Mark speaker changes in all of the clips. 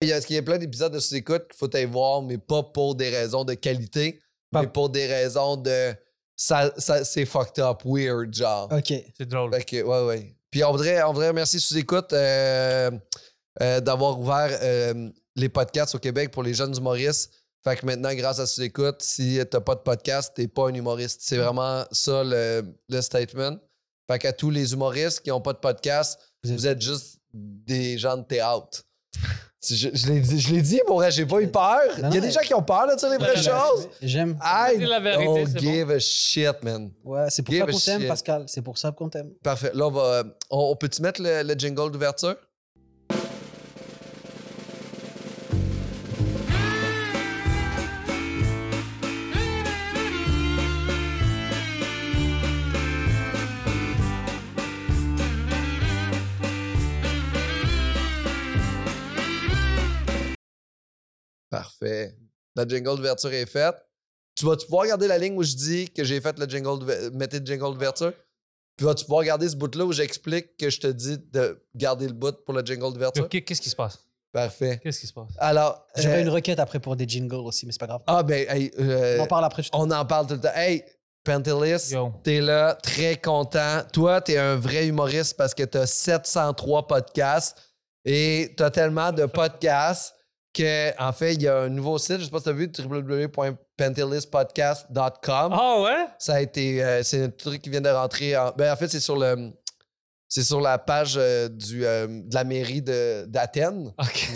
Speaker 1: Il y a, il y a plein d'épisodes de sous-écoute qu'il faut aller voir, mais pas pour des raisons de qualité,
Speaker 2: Pas-
Speaker 1: mais pour des raisons de. Ça, ça, c'est fucked up, weird, genre.
Speaker 2: OK.
Speaker 3: C'est drôle.
Speaker 1: Fait que, ouais, ouais. Puis on voudrait, on voudrait remercier sous-écoute euh, euh, d'avoir ouvert euh, les podcasts au Québec pour les jeunes humoristes. Fait que maintenant, grâce à sous-écoute, si t'as pas de podcast, t'es pas un humoriste. C'est vraiment ça le, le statement. Fait qu'à tous les humoristes qui ont pas de podcast,
Speaker 2: Vous
Speaker 1: vous
Speaker 2: êtes-
Speaker 1: êtes, juste des gens de théâtre. Je, je l'ai dit, je l'ai dit, pour vrai, j'ai pas eu peur. Il
Speaker 2: Non,
Speaker 1: y a
Speaker 2: non,
Speaker 1: des gens qui ont peur de dire les
Speaker 3: Non,
Speaker 1: vraies
Speaker 3: non,
Speaker 1: choses.
Speaker 2: J'aime.
Speaker 1: I
Speaker 3: C'est la vérité,
Speaker 1: don't
Speaker 3: c'est bon.
Speaker 1: give a shit, man.
Speaker 2: Ouais, c'est pour
Speaker 1: Give
Speaker 2: ça
Speaker 1: a
Speaker 2: qu'on t'aime,
Speaker 1: shit.
Speaker 2: Pascal. C'est pour ça qu'on t'aime.
Speaker 1: Parfait. Là, on va. euh, On, on peut-tu mettre le, le jingle d'ouverture? Parfait. La jingle d'ouverture est faite. Tu vas-tu pouvoir regarder la ligne où je dis que j'ai fait le jingle d'ouver- euh, mettez le jingle d'ouverture? Puis vas-tu pouvoir regarder ce bout-là où j'explique que je te dis de garder le bout pour le jingle d'ouverture?
Speaker 3: Ok, Qu'est-ce qui se passe?
Speaker 1: Parfait.
Speaker 3: Qu'est-ce qui se passe?
Speaker 1: Alors.
Speaker 2: J'aurais
Speaker 1: euh,
Speaker 2: une requête après pour des jingles aussi, mais c'est pas grave.
Speaker 1: Ah, ben, hey, euh,
Speaker 2: On en parle après. je te-
Speaker 1: on en parle tout le temps. Hey, Pantelis,
Speaker 3: Yo.
Speaker 1: t'es là, très content. Toi, t'es un vrai humoriste parce que t'as 703 podcasts et t'as tellement de podcasts que, en fait, il y a un nouveau site, je sais pas si t'as vu, www.pantelistpodcast.com.
Speaker 3: Ah ouais?
Speaker 1: Ça a été. euh, c'est un truc qui vient de rentrer. En, ben, en fait, c'est sur le. C'est sur la page euh, du, euh, de la mairie de- d'Athènes,
Speaker 3: Ok.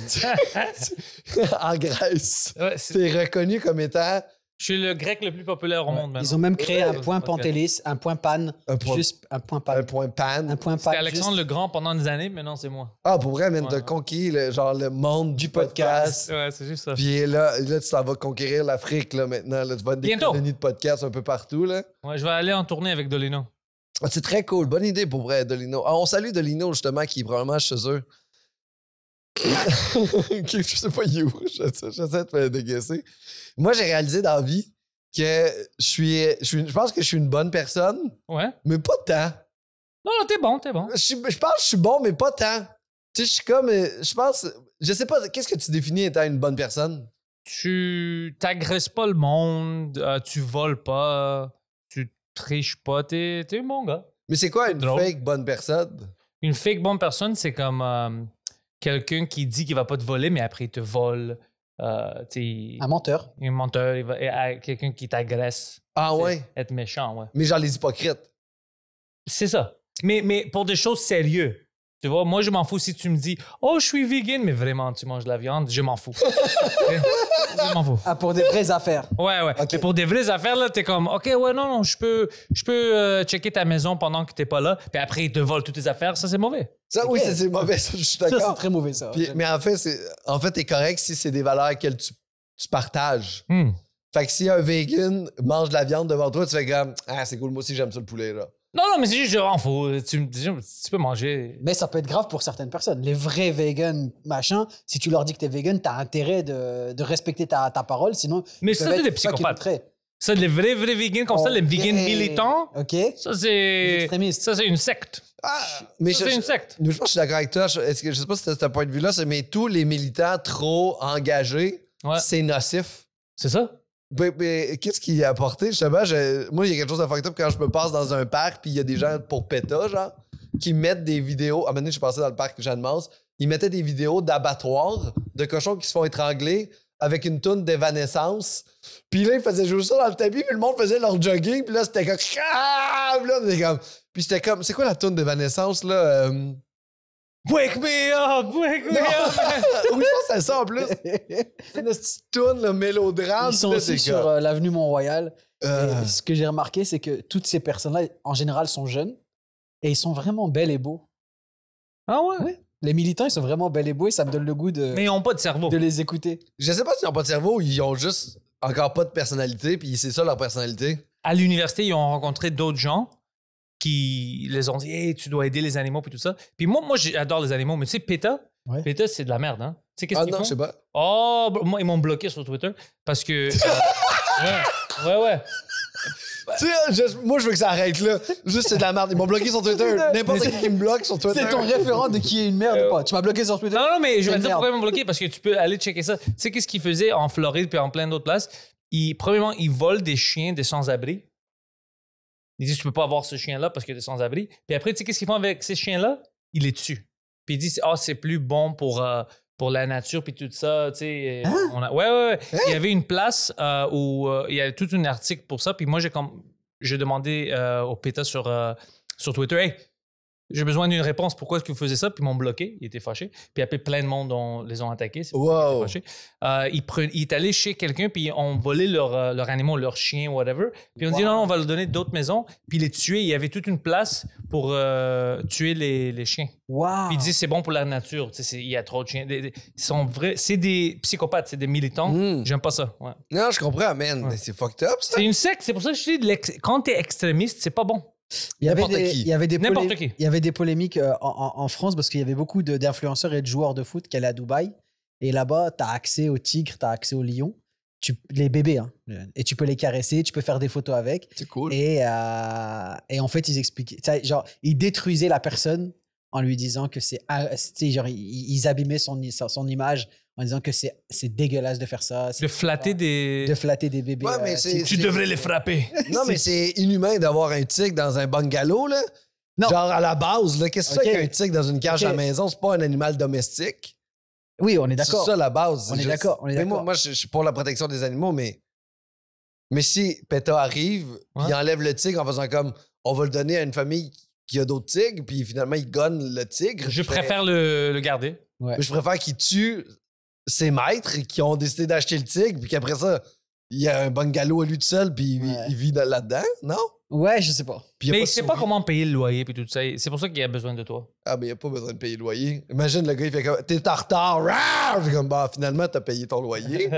Speaker 1: en Grèce.
Speaker 3: Ouais, c'est-
Speaker 1: C'est reconnu comme étant
Speaker 3: je suis le grec le plus populaire au
Speaker 2: Ouais.
Speaker 3: monde maintenant.
Speaker 2: Ils ont même créé un
Speaker 3: Ouais.
Speaker 2: point
Speaker 3: Ok.
Speaker 2: Pantelis, un point Pan,
Speaker 1: un point,
Speaker 2: juste un point
Speaker 1: un
Speaker 2: Pan,
Speaker 1: point
Speaker 2: un
Speaker 1: pan.
Speaker 2: point Pan.
Speaker 3: C'était Alexandre
Speaker 2: juste-
Speaker 3: le Grand pendant des années, mais non, c'est moi.
Speaker 1: Ah, pour vrai, man,
Speaker 3: Ouais.
Speaker 1: t'as conquis le, genre, le monde du podcast.
Speaker 3: Ouais, c'est juste ça.
Speaker 1: Puis là, là, tu t'en vas conquérir l'Afrique là, maintenant. Là, tu vas être des
Speaker 3: Bientôt.
Speaker 1: colonies de podcasts un peu partout. Là.
Speaker 3: Ouais, je vais aller en tournée avec Dolino.
Speaker 1: Ah, c'est très cool. Bonne idée pour vrai, Dolino. Ah, on salue Dolino, justement, qui est probablement chez eux. Qui- je sais pas, il est où. Je- J'essaie de me déguesser. Moi, j'ai réalisé dans la vie que je suis, je suis- je pense que je suis une bonne personne,
Speaker 3: Ouais.
Speaker 1: mais pas tant.
Speaker 3: Non, non, t'es bon, t'es bon.
Speaker 1: Je, suis- je pense que je suis bon, mais pas tant. Tu sais, je suis comme. euh, Je pense. Je sais pas, qu'est-ce que tu définis étant une bonne personne?
Speaker 3: Tu t'agresses pas le monde, euh, tu voles pas, tu triches pas, t'es t'es un bon gars.
Speaker 1: Mais c'est quoi une
Speaker 3: Drôle.
Speaker 1: fake bonne personne?
Speaker 3: Une fake bonne personne, c'est comme euh, quelqu'un qui dit qu'il va pas te voler, mais après il te vole. Euh, tu sais,
Speaker 2: Un menteur.
Speaker 3: un menteur, il va- et, euh, quelqu'un qui t'agresse.
Speaker 1: Ah
Speaker 3: C'est
Speaker 1: ouais?
Speaker 3: Être méchant, ouais.
Speaker 1: Mais genre les hypocrites.
Speaker 3: C'est ça. Mais, mais pour des choses sérieuses. Tu vois, moi, je m'en fous si tu me dis Oh, je suis vegan, mais vraiment, tu manges de la viande, je m'en fous. je m'en fous.
Speaker 2: Ah, pour des vraies affaires.
Speaker 3: Ouais, ouais.
Speaker 2: Ok.
Speaker 3: Mais pour des vraies affaires, là, t'es comme, OK, ouais, non, non, je peux, je peux euh, checker ta maison pendant que t'es pas là. Puis après, ils te volent toutes tes affaires. Ça, c'est mauvais.
Speaker 1: Ça, oui,
Speaker 2: Ok.
Speaker 1: ça, c'est mauvais, ça, je suis
Speaker 2: Ça, c'est
Speaker 1: d'accord.
Speaker 2: très mauvais, ça.
Speaker 1: Puis- mais en fait, c'est, en fait, t'es correct si c'est des valeurs que tu, tu partages.
Speaker 3: Hmm.
Speaker 1: Fait que si un vegan mange de la viande devant toi, tu fais comme Ah, c'est cool, moi aussi j'aime ça le poulet là.
Speaker 3: Non, non, mais c'est juste, je m'en fous. Tu, me dis, tu peux manger.
Speaker 2: Mais ça peut être grave pour certaines personnes. Les vrais vegans, machin, si tu leur dis que t'es vegan, t'as intérêt de, de respecter ta, ta parole, sinon.
Speaker 3: Mais
Speaker 2: ils peuvent
Speaker 3: ça, c'est
Speaker 2: être
Speaker 3: des
Speaker 2: ceux qui
Speaker 3: psychopathes.
Speaker 2: voteraient.
Speaker 3: Ça, les vrais, vrais vegans, comme ça,
Speaker 1: Oh,
Speaker 3: les
Speaker 2: Ok.
Speaker 3: vegans militants,
Speaker 2: Ok.
Speaker 3: ça,
Speaker 2: Les
Speaker 3: c'est.
Speaker 2: extrémistes.
Speaker 3: Ça, c'est une secte.
Speaker 1: Ah, mais
Speaker 3: ça,
Speaker 1: je,
Speaker 3: c'est
Speaker 1: je-
Speaker 3: une secte.
Speaker 1: je pense que je suis d'accord avec toi. Je, est-ce que, je sais pas si c'est ce point de vue-là, c'est- mais tous les militants trop engagés,
Speaker 3: Ouais.
Speaker 1: c'est nocif.
Speaker 3: C'est ça?
Speaker 1: Ben, ben, qu'est-ce qui a apporté justement? Je- moi, il y a quelque chose de fucked up quand je me passe dans un parc puis il y a des gens pour PETA, genre, qui mettent des vidéos. À un moment donné, je suis passé dans le parc Jeanne Mance, ils mettaient des vidéos d'abattoirs de cochons qui se font étrangler avec une toune d'évanescence. Puis là, ils faisaient jouer ça dans le tapis, puis le monde faisait leur jogging, puis là, c'était comme. Ah! Puis là, c'était comme. Puis c'était comme. C'est quoi la toune d'évanescence, là? euh?
Speaker 3: Wake me up! Wake me up!
Speaker 1: oui, je pense que c'est ça en plus. C'est une petite toune, le mélodrame.
Speaker 2: Ils sont
Speaker 1: là,
Speaker 2: aussi
Speaker 1: Ah, c'est
Speaker 2: sur
Speaker 1: comme,
Speaker 2: euh, l'avenue Mont-Royal.
Speaker 1: euh,
Speaker 2: Et ce que j'ai remarqué, c'est que toutes ces personnes-là, en général, sont jeunes et ils sont vraiment belles et beaux.
Speaker 3: Ah ouais?
Speaker 2: Les militants, ils sont vraiment belles et beaux et ça me donne le goût de,
Speaker 3: Mais ils ont pas de cerveau.
Speaker 2: de les écouter.
Speaker 1: Je sais pas s'ils n'ont pas de cerveau, ils ont juste encore pas de personnalité, puis c'est ça leur personnalité.
Speaker 3: à l'université, ils ont rencontré d'autres gens qui les ont dit Hey, tu dois aider les animaux puis tout ça. Puis moi, moi j'adore les animaux, mais tu sais, PETA,
Speaker 2: Ouais.
Speaker 3: PETA, c'est de la merde. Hein? Tu sais, qu'est-ce
Speaker 1: Ah
Speaker 3: qu'ils
Speaker 1: non, je sais
Speaker 3: font
Speaker 1: pas.
Speaker 3: Oh, bro, moi, ils m'ont bloqué sur Twitter parce que. euh, ouais, ouais, ouais.
Speaker 1: Tu sais, je- moi, je veux que ça arrête là. Juste, c'est de la merde. Ils m'ont bloqué sur Twitter. N'importe qui qui me bloque sur Twitter.
Speaker 2: C'est ton référent de qui est une merde ou pas. Tu m'as bloqué sur Twitter.
Speaker 3: Non, non, mais je vais
Speaker 2: Mais
Speaker 3: te dire
Speaker 2: merde.
Speaker 3: pourquoi ils m'ont bloqué, parce que tu peux aller checker ça. Tu sais, qu'est-ce qu'ils faisaient en Floride puis en plein d'autres places? Ils, premièrement, ils volent des chiens des sans-abri. Ils disent, tu peux pas avoir ce chien-là parce que des sans-abri. Puis après, tu sais, qu'est-ce qu'ils font avec ces chiens-là? Ils les tuent. Puis ils disent, ah, c'est plus bon pour, euh, pour la nature, puis tout ça. Tu sais, euh, on a- Ouais, ouais, ouais. Il y avait une place euh, où euh, il y avait tout un article pour ça. Puis moi, j'ai comme j'ai demandé euh, au PETA sur, euh, sur Twitter, hey, j'ai besoin d'une réponse. Pourquoi est-ce que vous faisiez ça? Puis ils m'ont bloqué. Ils étaient fâchés. Puis après, plein de monde ont- les ont attaqués.
Speaker 1: Oh.
Speaker 3: C'est
Speaker 1: Wow.
Speaker 3: fâché. Euh, ils, pre- ils étaient allés chez quelqu'un, puis ils ont volé leurs euh, leurs animaux, leurs chiens, whatever. Puis on dit
Speaker 2: Wow.
Speaker 3: non, non, on va le donner à d'autres maisons. Puis les tuer. Il y avait toute une place pour euh, tuer les, les chiens.
Speaker 2: Wow.
Speaker 3: Puis ils disent c'est bon pour la nature. Tu sais, c'est- il y a trop de chiens. Des- des- ils sont vrais. C'est des psychopathes, c'est des militants.
Speaker 1: Mm.
Speaker 3: J'aime pas ça. ouais.
Speaker 1: Non, je comprends, man.
Speaker 3: Ouais.
Speaker 1: Mais c'est fucked up, ça.
Speaker 3: C'est une secte. C'est pour ça que je dis de l'ex- quand t'es extrémiste, c'est pas bon.
Speaker 2: Il y avait
Speaker 1: N'importe
Speaker 2: des,
Speaker 1: qui.
Speaker 2: il y avait des
Speaker 3: N'importe
Speaker 2: polé-
Speaker 3: qui.
Speaker 2: Il y avait des polémiques euh, en, en- en France parce qu'il y avait beaucoup de- d'influenceurs et de joueurs de foot qui allaient à Dubaï. Et là-bas, tu as accès aux tigres, tu as accès aux lions, tu, les bébés. hein. et tu peux les caresser, tu peux faire des photos avec.
Speaker 1: C'est cool.
Speaker 2: Et, euh, et en fait, ils expliquaient. tu sais, Genre, ils détruisaient la personne en lui disant que c'est. ah, tu sais, genre, ils, ils abîmaient son, i- son, son image en disant que c'est c'est dégueulasse de faire ça, c'est-
Speaker 3: De flatter des.
Speaker 2: de flatter des bébés.
Speaker 1: Ouais, mais
Speaker 2: euh,
Speaker 1: c'est-
Speaker 2: tigres.
Speaker 3: Tu devrais les frapper.
Speaker 1: Non, mais c'est inhumain d'avoir un tigre dans un bungalow, là.
Speaker 2: Non.
Speaker 1: Genre, à la base, là, qu'est-ce que
Speaker 2: Ok.
Speaker 1: c'est qu'un tigre dans une cage
Speaker 2: Ok.
Speaker 1: à la maison? C'est pas un animal domestique.
Speaker 2: Oui, on est
Speaker 1: C'est
Speaker 2: d'accord.
Speaker 1: ça, la base.
Speaker 2: On
Speaker 1: C'est
Speaker 2: est d'accord, on est
Speaker 1: Mais moi,
Speaker 2: d'accord.
Speaker 1: moi, je je suis pour la protection des animaux, mais... Mais si PETA arrive, puis
Speaker 3: Ouais.
Speaker 1: il enlève le tigre en faisant comme... On va le donner à une famille qui a d'autres tigres, puis finalement, il gonne le tigre.
Speaker 3: Je
Speaker 1: fais-
Speaker 3: préfère le, le garder.
Speaker 1: Je préfère qu'il tue ses maîtres qui ont décidé d'acheter le tigre, puis qu'après ça, il y a un bungalow à lui tout seul, puis il-
Speaker 2: Ouais.
Speaker 1: il vit dans- là-dedans, non?
Speaker 2: Ouais, je sais pas.
Speaker 1: Puis il y a
Speaker 3: Mais
Speaker 1: pas
Speaker 3: il
Speaker 1: de
Speaker 3: sait pas
Speaker 1: souris.
Speaker 3: comment payer le loyer puis tout ça. C'est pour ça qu'il a besoin de toi.
Speaker 1: Ah, mais il n'y a pas besoin de payer le loyer. Imagine le gars, il fait comme T'es en retard. Rar! Puis comme bah, finalement, t'as payé ton loyer.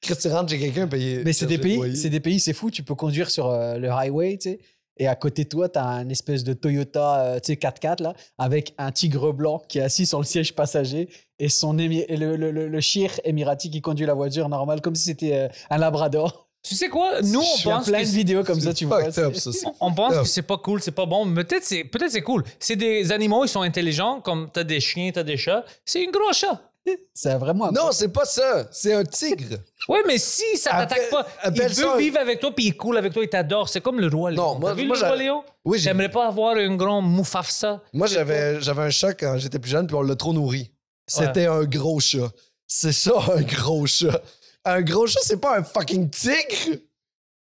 Speaker 1: Chris, tu rentres, j'ai quelqu'un payé.
Speaker 2: Mais c'est des
Speaker 1: chargé de
Speaker 2: pays,
Speaker 1: loyer.
Speaker 2: c'est des pays, c'est fou. Tu peux conduire sur euh, le highway, tu sais, et à côté de toi, t'as un espèce de Toyota, euh, tu sais, 4x4 là, avec un tigre blanc qui est assis sur le siège passager et son émi- et le, le, le, le shir émirati qui conduit la voiture normale, comme si c'était euh, un Labrador.
Speaker 3: tu sais quoi? Nous, on
Speaker 2: Il y a
Speaker 3: pense,
Speaker 2: plein de
Speaker 3: que,
Speaker 2: vidéos comme ça,
Speaker 1: C'est
Speaker 2: tu vois.
Speaker 1: fucked up,
Speaker 2: c'est-
Speaker 1: ça, c'est-
Speaker 3: on pense
Speaker 1: Ah.
Speaker 3: que c'est pas cool, c'est pas bon. mais Peut-être c'est peut-être c'est cool. C'est des animaux, ils sont intelligents, comme t'as des chiens, t'as des chats. C'est une gros chat.
Speaker 2: C'est vraiment.
Speaker 1: Non, c'est pas ça. C'est un tigre.
Speaker 3: Ouais, mais si ça
Speaker 1: Appelle-
Speaker 3: t'attaque pas, il
Speaker 1: appelle
Speaker 3: veut
Speaker 1: ça-
Speaker 3: vivre avec toi puis il est cool avec toi, il t'adore. C'est comme le roi Léon.
Speaker 1: Non, moi-
Speaker 3: T'as vu
Speaker 1: moi,
Speaker 3: le
Speaker 1: j'a-
Speaker 3: roi Léon?
Speaker 1: Oui, j'ai-
Speaker 3: J'aimerais pas avoir un grand moufafsa.
Speaker 1: Moi, j'avais, j'avais un chat quand j'étais plus jeune, puis on l'a trop nourri. C'était un gros chat. C'est ça, un gros chat. Un gros chat, c'est pas un fucking tigre.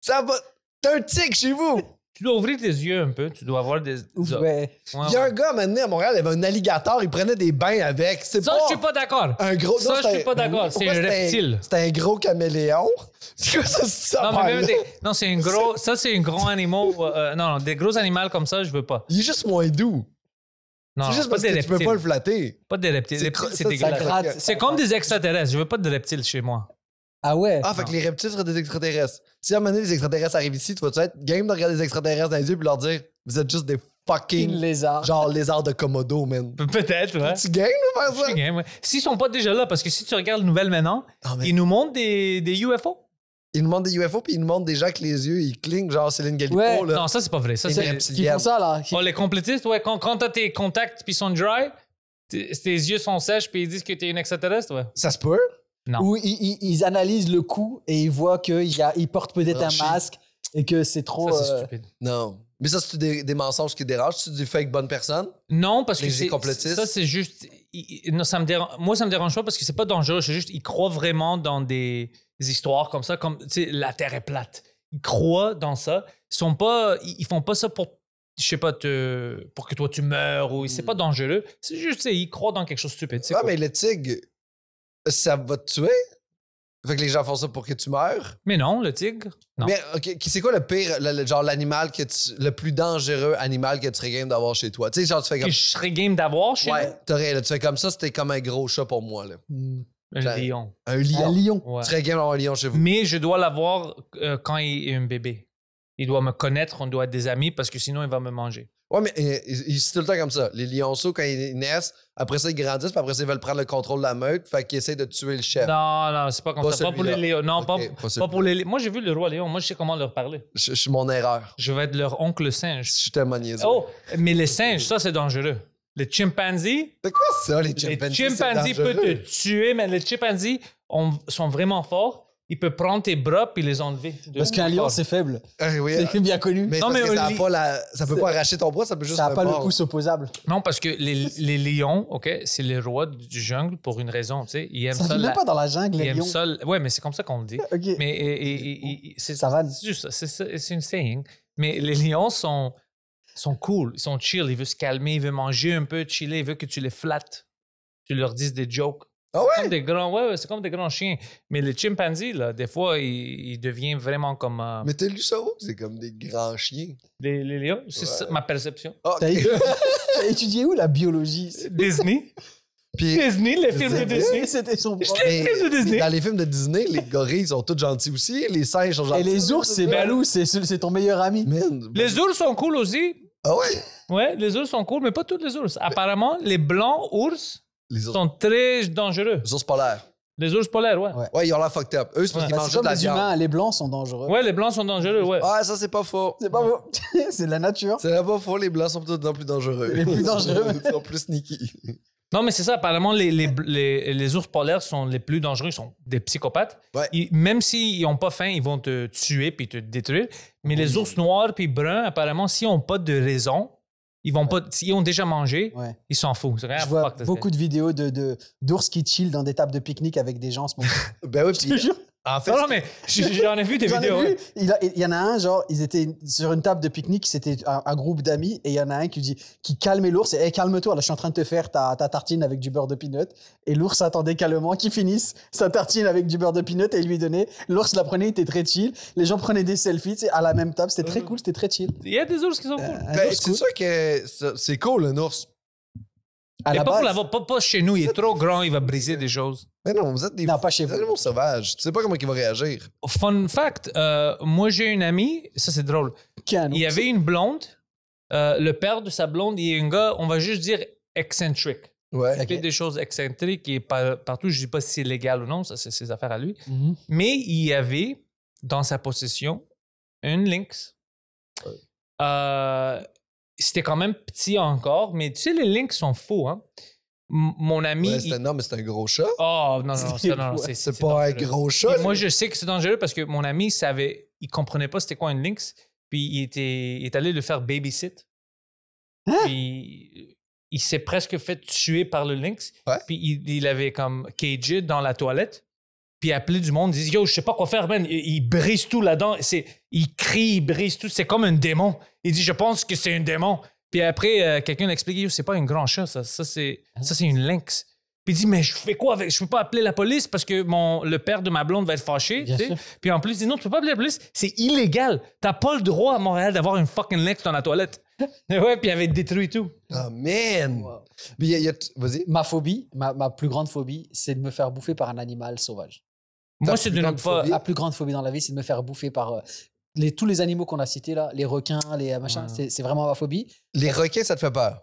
Speaker 1: Ça va. T'as un tigre chez vous.
Speaker 3: Tu dois ouvrir tes yeux un peu. Tu dois avoir des.
Speaker 2: Ouf,
Speaker 3: des-
Speaker 2: ouais.
Speaker 3: Ouais,
Speaker 1: Il y a un
Speaker 3: ouais.
Speaker 1: gars, maintenant, à Montréal, il avait un alligator, il prenait des bains avec. C'est
Speaker 3: Ça, je suis pas d'accord.
Speaker 1: Un gros. Ah,
Speaker 3: Ça,
Speaker 1: non,
Speaker 3: je
Speaker 1: c'était-
Speaker 3: suis pas d'accord. C'est
Speaker 1: Pourquoi
Speaker 3: un
Speaker 1: c'était
Speaker 3: reptile.
Speaker 1: C'était un gros caméléon. C'est quoi ça, ça
Speaker 3: Non, mais
Speaker 1: parle?
Speaker 3: même des- non, c'est un gros. Ça, c'est un gros animal. euh, euh, non, non, des gros animaux comme ça, je veux pas.
Speaker 1: Il est juste moins doux.
Speaker 3: Non,
Speaker 1: C'est
Speaker 3: non,
Speaker 1: juste
Speaker 3: pas
Speaker 1: parce
Speaker 3: des
Speaker 1: que tu peux
Speaker 3: reptiles.
Speaker 1: pas le flatter.
Speaker 3: Pas des reptiles.
Speaker 1: C'est
Speaker 3: Les reptiles,
Speaker 1: cro-
Speaker 3: c'est
Speaker 1: ça,
Speaker 2: Ça
Speaker 3: dégueulasse.
Speaker 2: gratte.
Speaker 3: C'est comme des extraterrestres. Je veux pas de reptiles chez moi.
Speaker 2: Ah ouais.
Speaker 1: Ah, fait que
Speaker 3: Non.
Speaker 1: les reptiles seraient des extraterrestres. Si à un moment donné, les extraterrestres arrivent ici, tu vas-tu être game de regarder les extraterrestres dans les yeux puis leur dire Vous êtes juste des
Speaker 2: King
Speaker 1: fucking
Speaker 2: lézard.
Speaker 1: genre lézards de Komodo, man.
Speaker 3: Pe- Peut-être, ouais.
Speaker 1: Tu gagnes de faire
Speaker 3: Je suis
Speaker 1: ça?
Speaker 3: game, ouais. S'ils sont pas déjà là, parce que si tu regardes les nouvelles maintenant,
Speaker 1: Non, mais
Speaker 3: ils nous montrent des, des UFO.
Speaker 1: Ils nous montrent des UFO puis ils nous montrent des gens que les yeux ils clignent, genre Céline Galipo.
Speaker 2: Ouais.
Speaker 1: Là. ben,
Speaker 3: Non, ça, c'est pas vrai. Ça,
Speaker 1: Des
Speaker 3: c'est.
Speaker 1: reptiliens.
Speaker 2: Qui font ça là. qui-
Speaker 3: Oh, les complétistes, ouais. Quand, quand t'as tes contacts puis ils sont dry, tes tes yeux sont sèches puis ils disent que t'es une extraterrestre, ouais.
Speaker 1: Ça se peut.
Speaker 3: Non.
Speaker 2: Où ils, ils- ils analysent le coup et ils voient qu'ils portent peut-être
Speaker 1: Ah,
Speaker 2: un
Speaker 1: shit.
Speaker 2: masque et que c'est trop.
Speaker 3: Ça, c'est
Speaker 2: euh,
Speaker 3: stupide.
Speaker 1: Non. Mais ça, c'est des, des mensonges qui dérangent. C'est du fake bonne personne.
Speaker 3: Non, parce
Speaker 1: Les
Speaker 3: que c'est-
Speaker 1: complotistes.
Speaker 3: ça, c'est juste. il- il- non, ça me dérange, moi, ça me dérange pas parce que c'est pas dangereux. C'est juste, ils croient vraiment dans des, des histoires comme ça, comme tu sais, la terre est plate. Ils croient dans ça. Ils sont pas, ils, ils font pas ça pour, je sais pas, te, pour que toi tu meurs ou c'est
Speaker 1: Mm.
Speaker 3: pas dangereux. C'est juste, tu sais, ils croient dans quelque chose de stupide. c'est
Speaker 1: Ah,
Speaker 3: cool.
Speaker 1: mais le tigre, ça va te tuer? Fait que les gens font ça pour que tu meurs.
Speaker 3: mais... non, le tigre. Non.
Speaker 1: Mais ok, qui- c'est quoi le pire, le- le- genre l'animal que tu, le plus dangereux animal que tu serais game d'avoir chez toi? Tu sais, genre tu fais
Speaker 3: Que
Speaker 1: comme.
Speaker 3: je serais game d'avoir chez
Speaker 1: Ouais, t'aurais, là, tu fais comme ça, c'était comme un gros chat pour moi, là.
Speaker 2: hmm,
Speaker 3: nous, un
Speaker 1: J'avais-
Speaker 3: lion. Hmm.
Speaker 1: Un
Speaker 2: Un
Speaker 1: lion.
Speaker 2: lion.
Speaker 3: Ouais.
Speaker 1: Tu serais game d'avoir un lion chez vous.
Speaker 3: Mais je dois l'avoir euh, quand il est un bébé. Il doit me connaître, on doit être des amis parce que sinon, il va me manger.
Speaker 1: Ouais, mais euh, ils- ils- c'est tout le temps comme ça. Les lionceaux, quand ils naissent, après ça, ils grandissent, puis après ça, ils veulent prendre le contrôle de la meute, fait qu'ils essaient de tuer le chef.
Speaker 3: Non, non, c'est pas comme
Speaker 1: Pas
Speaker 3: ça. Pas pour les
Speaker 1: celui-là.
Speaker 3: Léons. Non,
Speaker 1: Ok,
Speaker 3: pas,
Speaker 1: pas
Speaker 3: pas
Speaker 1: celui-là.
Speaker 3: pour les Léons. Moi, j'ai vu le roi Léon. Moi, je sais comment leur parler.
Speaker 1: Je je suis mon erreur.
Speaker 3: Je vais être leur oncle singe.
Speaker 1: Je suis tellement niaiseux.
Speaker 3: Oh, mais les singes, ça, c'est dangereux. Les chimpanzés,
Speaker 1: C'est quoi ça, les
Speaker 3: les
Speaker 1: chimpanzés? c'est
Speaker 3: chimpanzés
Speaker 1: dangereux.
Speaker 3: peuvent te tuer, mais les chimpanzés ont- sont vraiment forts. Ils peuvent prendre tes bras puis les enlever.
Speaker 2: Parce qu'un lion, c'est faible.
Speaker 1: Ah oui,
Speaker 2: C'est bien connu.
Speaker 1: mais,
Speaker 3: Non,
Speaker 1: parce
Speaker 3: Oh. mais
Speaker 1: que ça, a
Speaker 3: Oli-
Speaker 1: pas la- ça peut
Speaker 2: c'est-
Speaker 1: pas arracher ton bras, ça peut juste
Speaker 2: ça
Speaker 1: te
Speaker 2: n'a pas le
Speaker 1: mordre.
Speaker 2: pouce opposable.
Speaker 3: Non, parce que les, les lions, OK, c'est les rois du jungle pour une raison, tu sais. Ils aiment
Speaker 2: Ça
Speaker 3: ça.
Speaker 2: vit
Speaker 3: la-
Speaker 2: même pas dans la jungle,
Speaker 3: ils
Speaker 2: les
Speaker 3: aiment
Speaker 2: lions.
Speaker 3: ça la- ouais, mais c'est comme ça qu'on le dit.
Speaker 2: Ok.
Speaker 3: Mais et- et- et- et- c'est
Speaker 2: Ça va.
Speaker 3: c'est juste ça, c'est ça, c'est une saying. Mais les lions sont, sont cool, ils sont chill, ils veulent se calmer, ils veulent manger un peu, chiller, ils veulent que tu les flattes, tu leur dises des jokes.
Speaker 1: Ah
Speaker 3: C'est comme des grands, ouais, ouais, c'est comme des grands chiens. Mais les chimpanzés, là, des fois, ils, ils deviennent vraiment comme euh,
Speaker 1: Mais t'as lu ça où? C'est comme des grands chiens.
Speaker 3: les, les lions. C'est
Speaker 1: Ouais.
Speaker 3: ça, ma perception.
Speaker 1: Ah,
Speaker 2: T'as
Speaker 1: ok.
Speaker 2: T'as étudié où la biologie
Speaker 3: Disney,
Speaker 1: Puis
Speaker 3: Disney, les films de
Speaker 1: Disney.
Speaker 3: Disney.
Speaker 2: C'était son
Speaker 1: mais-
Speaker 3: films de Disney.
Speaker 1: dans les films de Disney, les gorilles sont tous gentils aussi, les singes sont gentils.
Speaker 2: Et les ours, c'est
Speaker 3: Ben-
Speaker 2: Balou, c'est c'est ton meilleur ami.
Speaker 1: Man.
Speaker 3: Les ours sont cool aussi.
Speaker 1: Ah ouais?
Speaker 3: Ouais, les ours sont cool, mais pas tous les ours. Apparemment, les blancs ours
Speaker 1: Les ours,
Speaker 3: sont très dangereux.
Speaker 1: les ours polaires.
Speaker 3: Les ours polaires, ouais.
Speaker 2: Ouais.
Speaker 1: Ouais, ils ont l'air fucked up. Eux, c'est parce
Speaker 3: Ouais.
Speaker 1: qu'ils
Speaker 2: Bah,
Speaker 1: mangent
Speaker 2: c'est
Speaker 1: juste
Speaker 2: comme
Speaker 1: de la
Speaker 2: les
Speaker 1: viande.
Speaker 2: humains, les blancs sont dangereux.
Speaker 3: Ouais, les blancs sont dangereux, ouais.
Speaker 1: Ah, ça, c'est pas faux.
Speaker 2: C'est pas faux. c'est de la nature.
Speaker 1: C'est là pas faux, les blancs sont peut-être plus dangereux.
Speaker 2: Les plus dangereux.
Speaker 1: Ils sont plus sneaky.
Speaker 3: Non, mais c'est ça. Apparemment, les, les, les, les ours polaires sont les plus dangereux. Ils sont des psychopathes.
Speaker 1: Ouais.
Speaker 3: Ils- même s'ils n'ont pas faim, ils vont te tuer puis te détruire. Mais les ours noirs puis bruns, apparemment, s'ils n'ont pas de raison, ils vont pas. S'ils ont déjà mangé,
Speaker 2: Ouais.
Speaker 3: ils s'en foutent.
Speaker 2: Je vois beaucoup de vidéos de de- d'ours qui chillent dans des tables de pique-nique avec des gens en ce moment.
Speaker 1: Ben oui,
Speaker 2: Je
Speaker 1: puis
Speaker 2: te jure.
Speaker 1: en fait,
Speaker 3: Non, non, mais j- j'en ai vu des
Speaker 2: J'en ai
Speaker 3: vidéos.
Speaker 2: vu,
Speaker 3: ouais.
Speaker 2: il, a- il y en a un, genre, ils étaient sur une table de pique-nique, c'était un, un groupe d'amis, et il y en a un qui dit, qui calme l'ours, et Hey, calme-toi, là, je suis en train de te faire ta, ta tartine avec du beurre de peanut. Et l'ours attendait calmement qu'il finisse sa tartine avec du beurre de peanut et il lui donnait. L'ours la prenait, il était très chill. Les gens prenaient des selfies, tu sais, à la même table, c'était très cool, c'était très chill.
Speaker 3: Il y a des ours qui sont
Speaker 2: Euh,
Speaker 3: cool.
Speaker 2: un
Speaker 1: ben,
Speaker 2: ours
Speaker 1: c'est
Speaker 2: cool.
Speaker 1: sûr que ça- c'est cool, un ours.
Speaker 2: À
Speaker 3: Mais
Speaker 2: la
Speaker 3: pas, pour
Speaker 2: base-
Speaker 3: l'avoir- pas- pas chez nous. Il est trop grand, il va briser des choses.
Speaker 1: Mais non, vous êtes des,
Speaker 2: Non, pas chez
Speaker 1: des
Speaker 2: vous.
Speaker 1: animaux sauvages. Tu sais pas comment il va réagir.
Speaker 3: Fun fact, euh, moi, j'ai une amie, ça c'est drôle.
Speaker 2: Qu'un ours.
Speaker 3: Il y avait une blonde. euh, le père de sa blonde, il est un gars, on va juste dire excentrique.
Speaker 1: Ouais.
Speaker 3: Il fait des choses excentriques et par- partout, je ne sais pas si c'est légal ou non, ça c'est ses affaires à lui.
Speaker 2: Mhm.
Speaker 3: Mais il y avait dans sa possession une lynx. Euh, C'était quand même petit encore, mais tu sais, les lynx sont faux. Hein? M- mon ami.
Speaker 1: Ouais,
Speaker 3: il-
Speaker 1: c'est un homme, mais c'est un gros chat.
Speaker 3: Oh non, non,
Speaker 2: C'est-
Speaker 3: non, non, non, c'est
Speaker 1: C'est pas un
Speaker 3: dangereux.
Speaker 1: gros
Speaker 3: Et
Speaker 1: chat.
Speaker 3: moi, je sais que c'est dangereux parce que mon ami savait, il comprenait pas c'était quoi une lynx, puis il, était, il est allé le faire babysit. Puis il s'est presque fait tuer par le lynx.
Speaker 1: Ouais.
Speaker 3: Puis il, il avait comme cagé dans la toilette. Puis appelé du monde, il dit Yo, je sais pas quoi faire, man. Il, il brise tout là-dedans. C'est, il crie, il brise tout. C'est comme un démon. Il dit Je pense que c'est un démon. Puis après, euh, quelqu'un l'a expliqué Yo, c'est pas un grand chat, ça. Ça, c'est, ça, c'est une lynx. Puis il dit Mais je fais quoi avec Je peux pas appeler la police parce que mon, le père de ma blonde va être fâché.
Speaker 2: Bien
Speaker 3: tu sais.
Speaker 2: sûr.
Speaker 3: Puis en plus, il dit Non, tu peux pas appeler la police. C'est illégal. T'as pas le droit à Montréal d'avoir une fucking lynx dans la toilette. Et ouais, puis il avait détruit tout.
Speaker 1: Ah, man!
Speaker 2: Wow.
Speaker 1: Mais il y a- il y a- Vas-y.
Speaker 2: Ma phobie, ma, ma plus grande phobie, c'est de me faire bouffer par un animal sauvage.
Speaker 3: Moi,
Speaker 1: plus
Speaker 3: c'est de ne
Speaker 1: grande
Speaker 3: pas.
Speaker 1: phobie?
Speaker 2: La plus grande phobie dans la vie, c'est de me faire bouffer par euh, les, tous les animaux qu'on a cités là, les requins, les euh, machins,
Speaker 3: Ouais.
Speaker 1: Ah.
Speaker 2: c'est- c'est vraiment ma phobie.
Speaker 1: Les requins, ça te fait peur.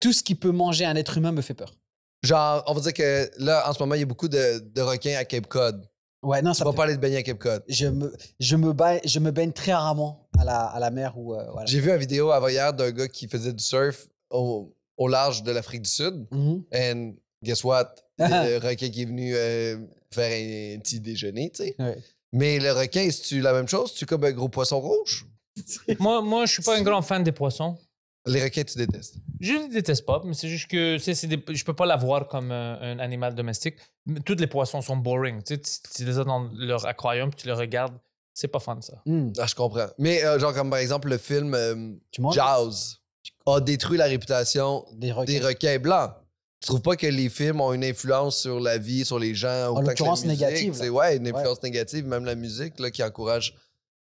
Speaker 2: Tout ce qui peut manger un être humain me fait peur.
Speaker 1: Genre, on va dire que là, en ce moment, il y a beaucoup de, de requins à Cape Cod.
Speaker 2: Ouais, non,
Speaker 1: Tu
Speaker 2: ça
Speaker 1: vas
Speaker 2: me-
Speaker 1: pas aller te baigner à Cape Cod.
Speaker 2: je, me, je, me baigne, je me baigne très rarement à la, à la mer ou. euh, voilà.
Speaker 1: J'ai vu une vidéo avant-hier d'un gars qui faisait du surf au, au large de l'Afrique du Sud.
Speaker 2: Mhm.
Speaker 1: And guess what? Le requin qui est venu euh, faire un, petit déjeuner, tu sais.
Speaker 2: Ouais.
Speaker 1: Mais le requin, est tu la même chose? tu comme un gros poisson rouge?
Speaker 3: Moi, moi, je suis pas un grand fan des poissons.
Speaker 1: Les requins, tu détestes.
Speaker 3: Je les déteste pas, mais c'est juste que c'est, c'est des- je peux pas l'avoir comme euh, un animal domestique. Mais Tous les poissons sont boring. Tu, sais, tu- tu les as dans leur aquarium, puis tu les regardes. C'est pas fun, ça.
Speaker 2: Mhm.
Speaker 1: Ah, je comprends. Mais euh, genre, comme par exemple, le film euh,
Speaker 2: Tu manges
Speaker 1: Jaws a détruit la réputation
Speaker 2: des
Speaker 1: des
Speaker 2: requins.
Speaker 1: requins blancs. Tu trouves pas que les films ont une influence sur la vie, sur les gens, autant que la
Speaker 2: l'occurrence
Speaker 1: musique,
Speaker 2: négative,
Speaker 1: tu sais,
Speaker 2: là.
Speaker 1: ouais, une influence négative, même la musique là, qui encourage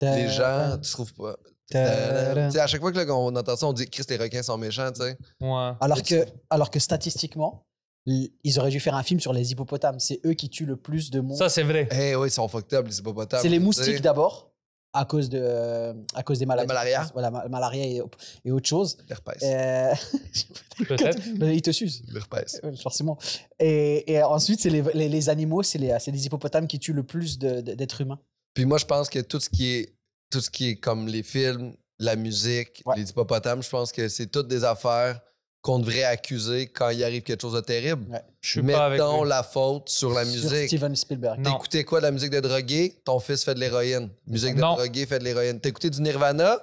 Speaker 2: Euh,
Speaker 1: les gens. Tu trouves pas.
Speaker 2: Tadam.
Speaker 1: Tu sais, à chaque fois que là, qu'on entend ça, on dit Chris, les requins sont méchants, tu sais.
Speaker 3: Ouais.
Speaker 2: Alors que, alors que statistiquement, i- ils auraient dû faire un film sur les hippopotames. C'est eux qui tuent le plus de monde.
Speaker 3: Ça, c'est vrai.
Speaker 1: Eh oui, ils sont fucked up, les hippopotames.
Speaker 2: C'est les
Speaker 1: tu sais.
Speaker 2: moustiques d'abord. à cause, de, euh, à cause des maladies.
Speaker 1: malaria.
Speaker 2: Voilà, ma- malaria et, et autre chose.
Speaker 1: L'herpès.
Speaker 2: Euh,
Speaker 3: Peut-être.
Speaker 2: mais ils te sucent.
Speaker 1: L'herpès.
Speaker 2: euh, Forcément. Et, et ensuite, c'est les, les, les animaux, c'est les, c'est les hippopotames qui tuent le plus de- de- d'êtres humains.
Speaker 1: Puis moi, je pense que tout ce qui est, tout ce qui est comme les films, la musique,
Speaker 2: Ouais.
Speaker 1: les hippopotames, je pense que c'est toutes des affaires qu'on devrait accuser quand il arrive quelque chose de terrible.
Speaker 2: Ouais.
Speaker 3: Je suis pas avec
Speaker 1: Mettons
Speaker 3: lui.
Speaker 1: la faute sur la
Speaker 2: Sur
Speaker 1: musique.
Speaker 2: Steven Spielberg.
Speaker 3: Non.
Speaker 1: T'écoutais quoi de la musique de drogué? Ton fils fait de l'héroïne. Musique de
Speaker 3: Non.
Speaker 1: drogué fait de l'héroïne. T'écoutais du Nirvana?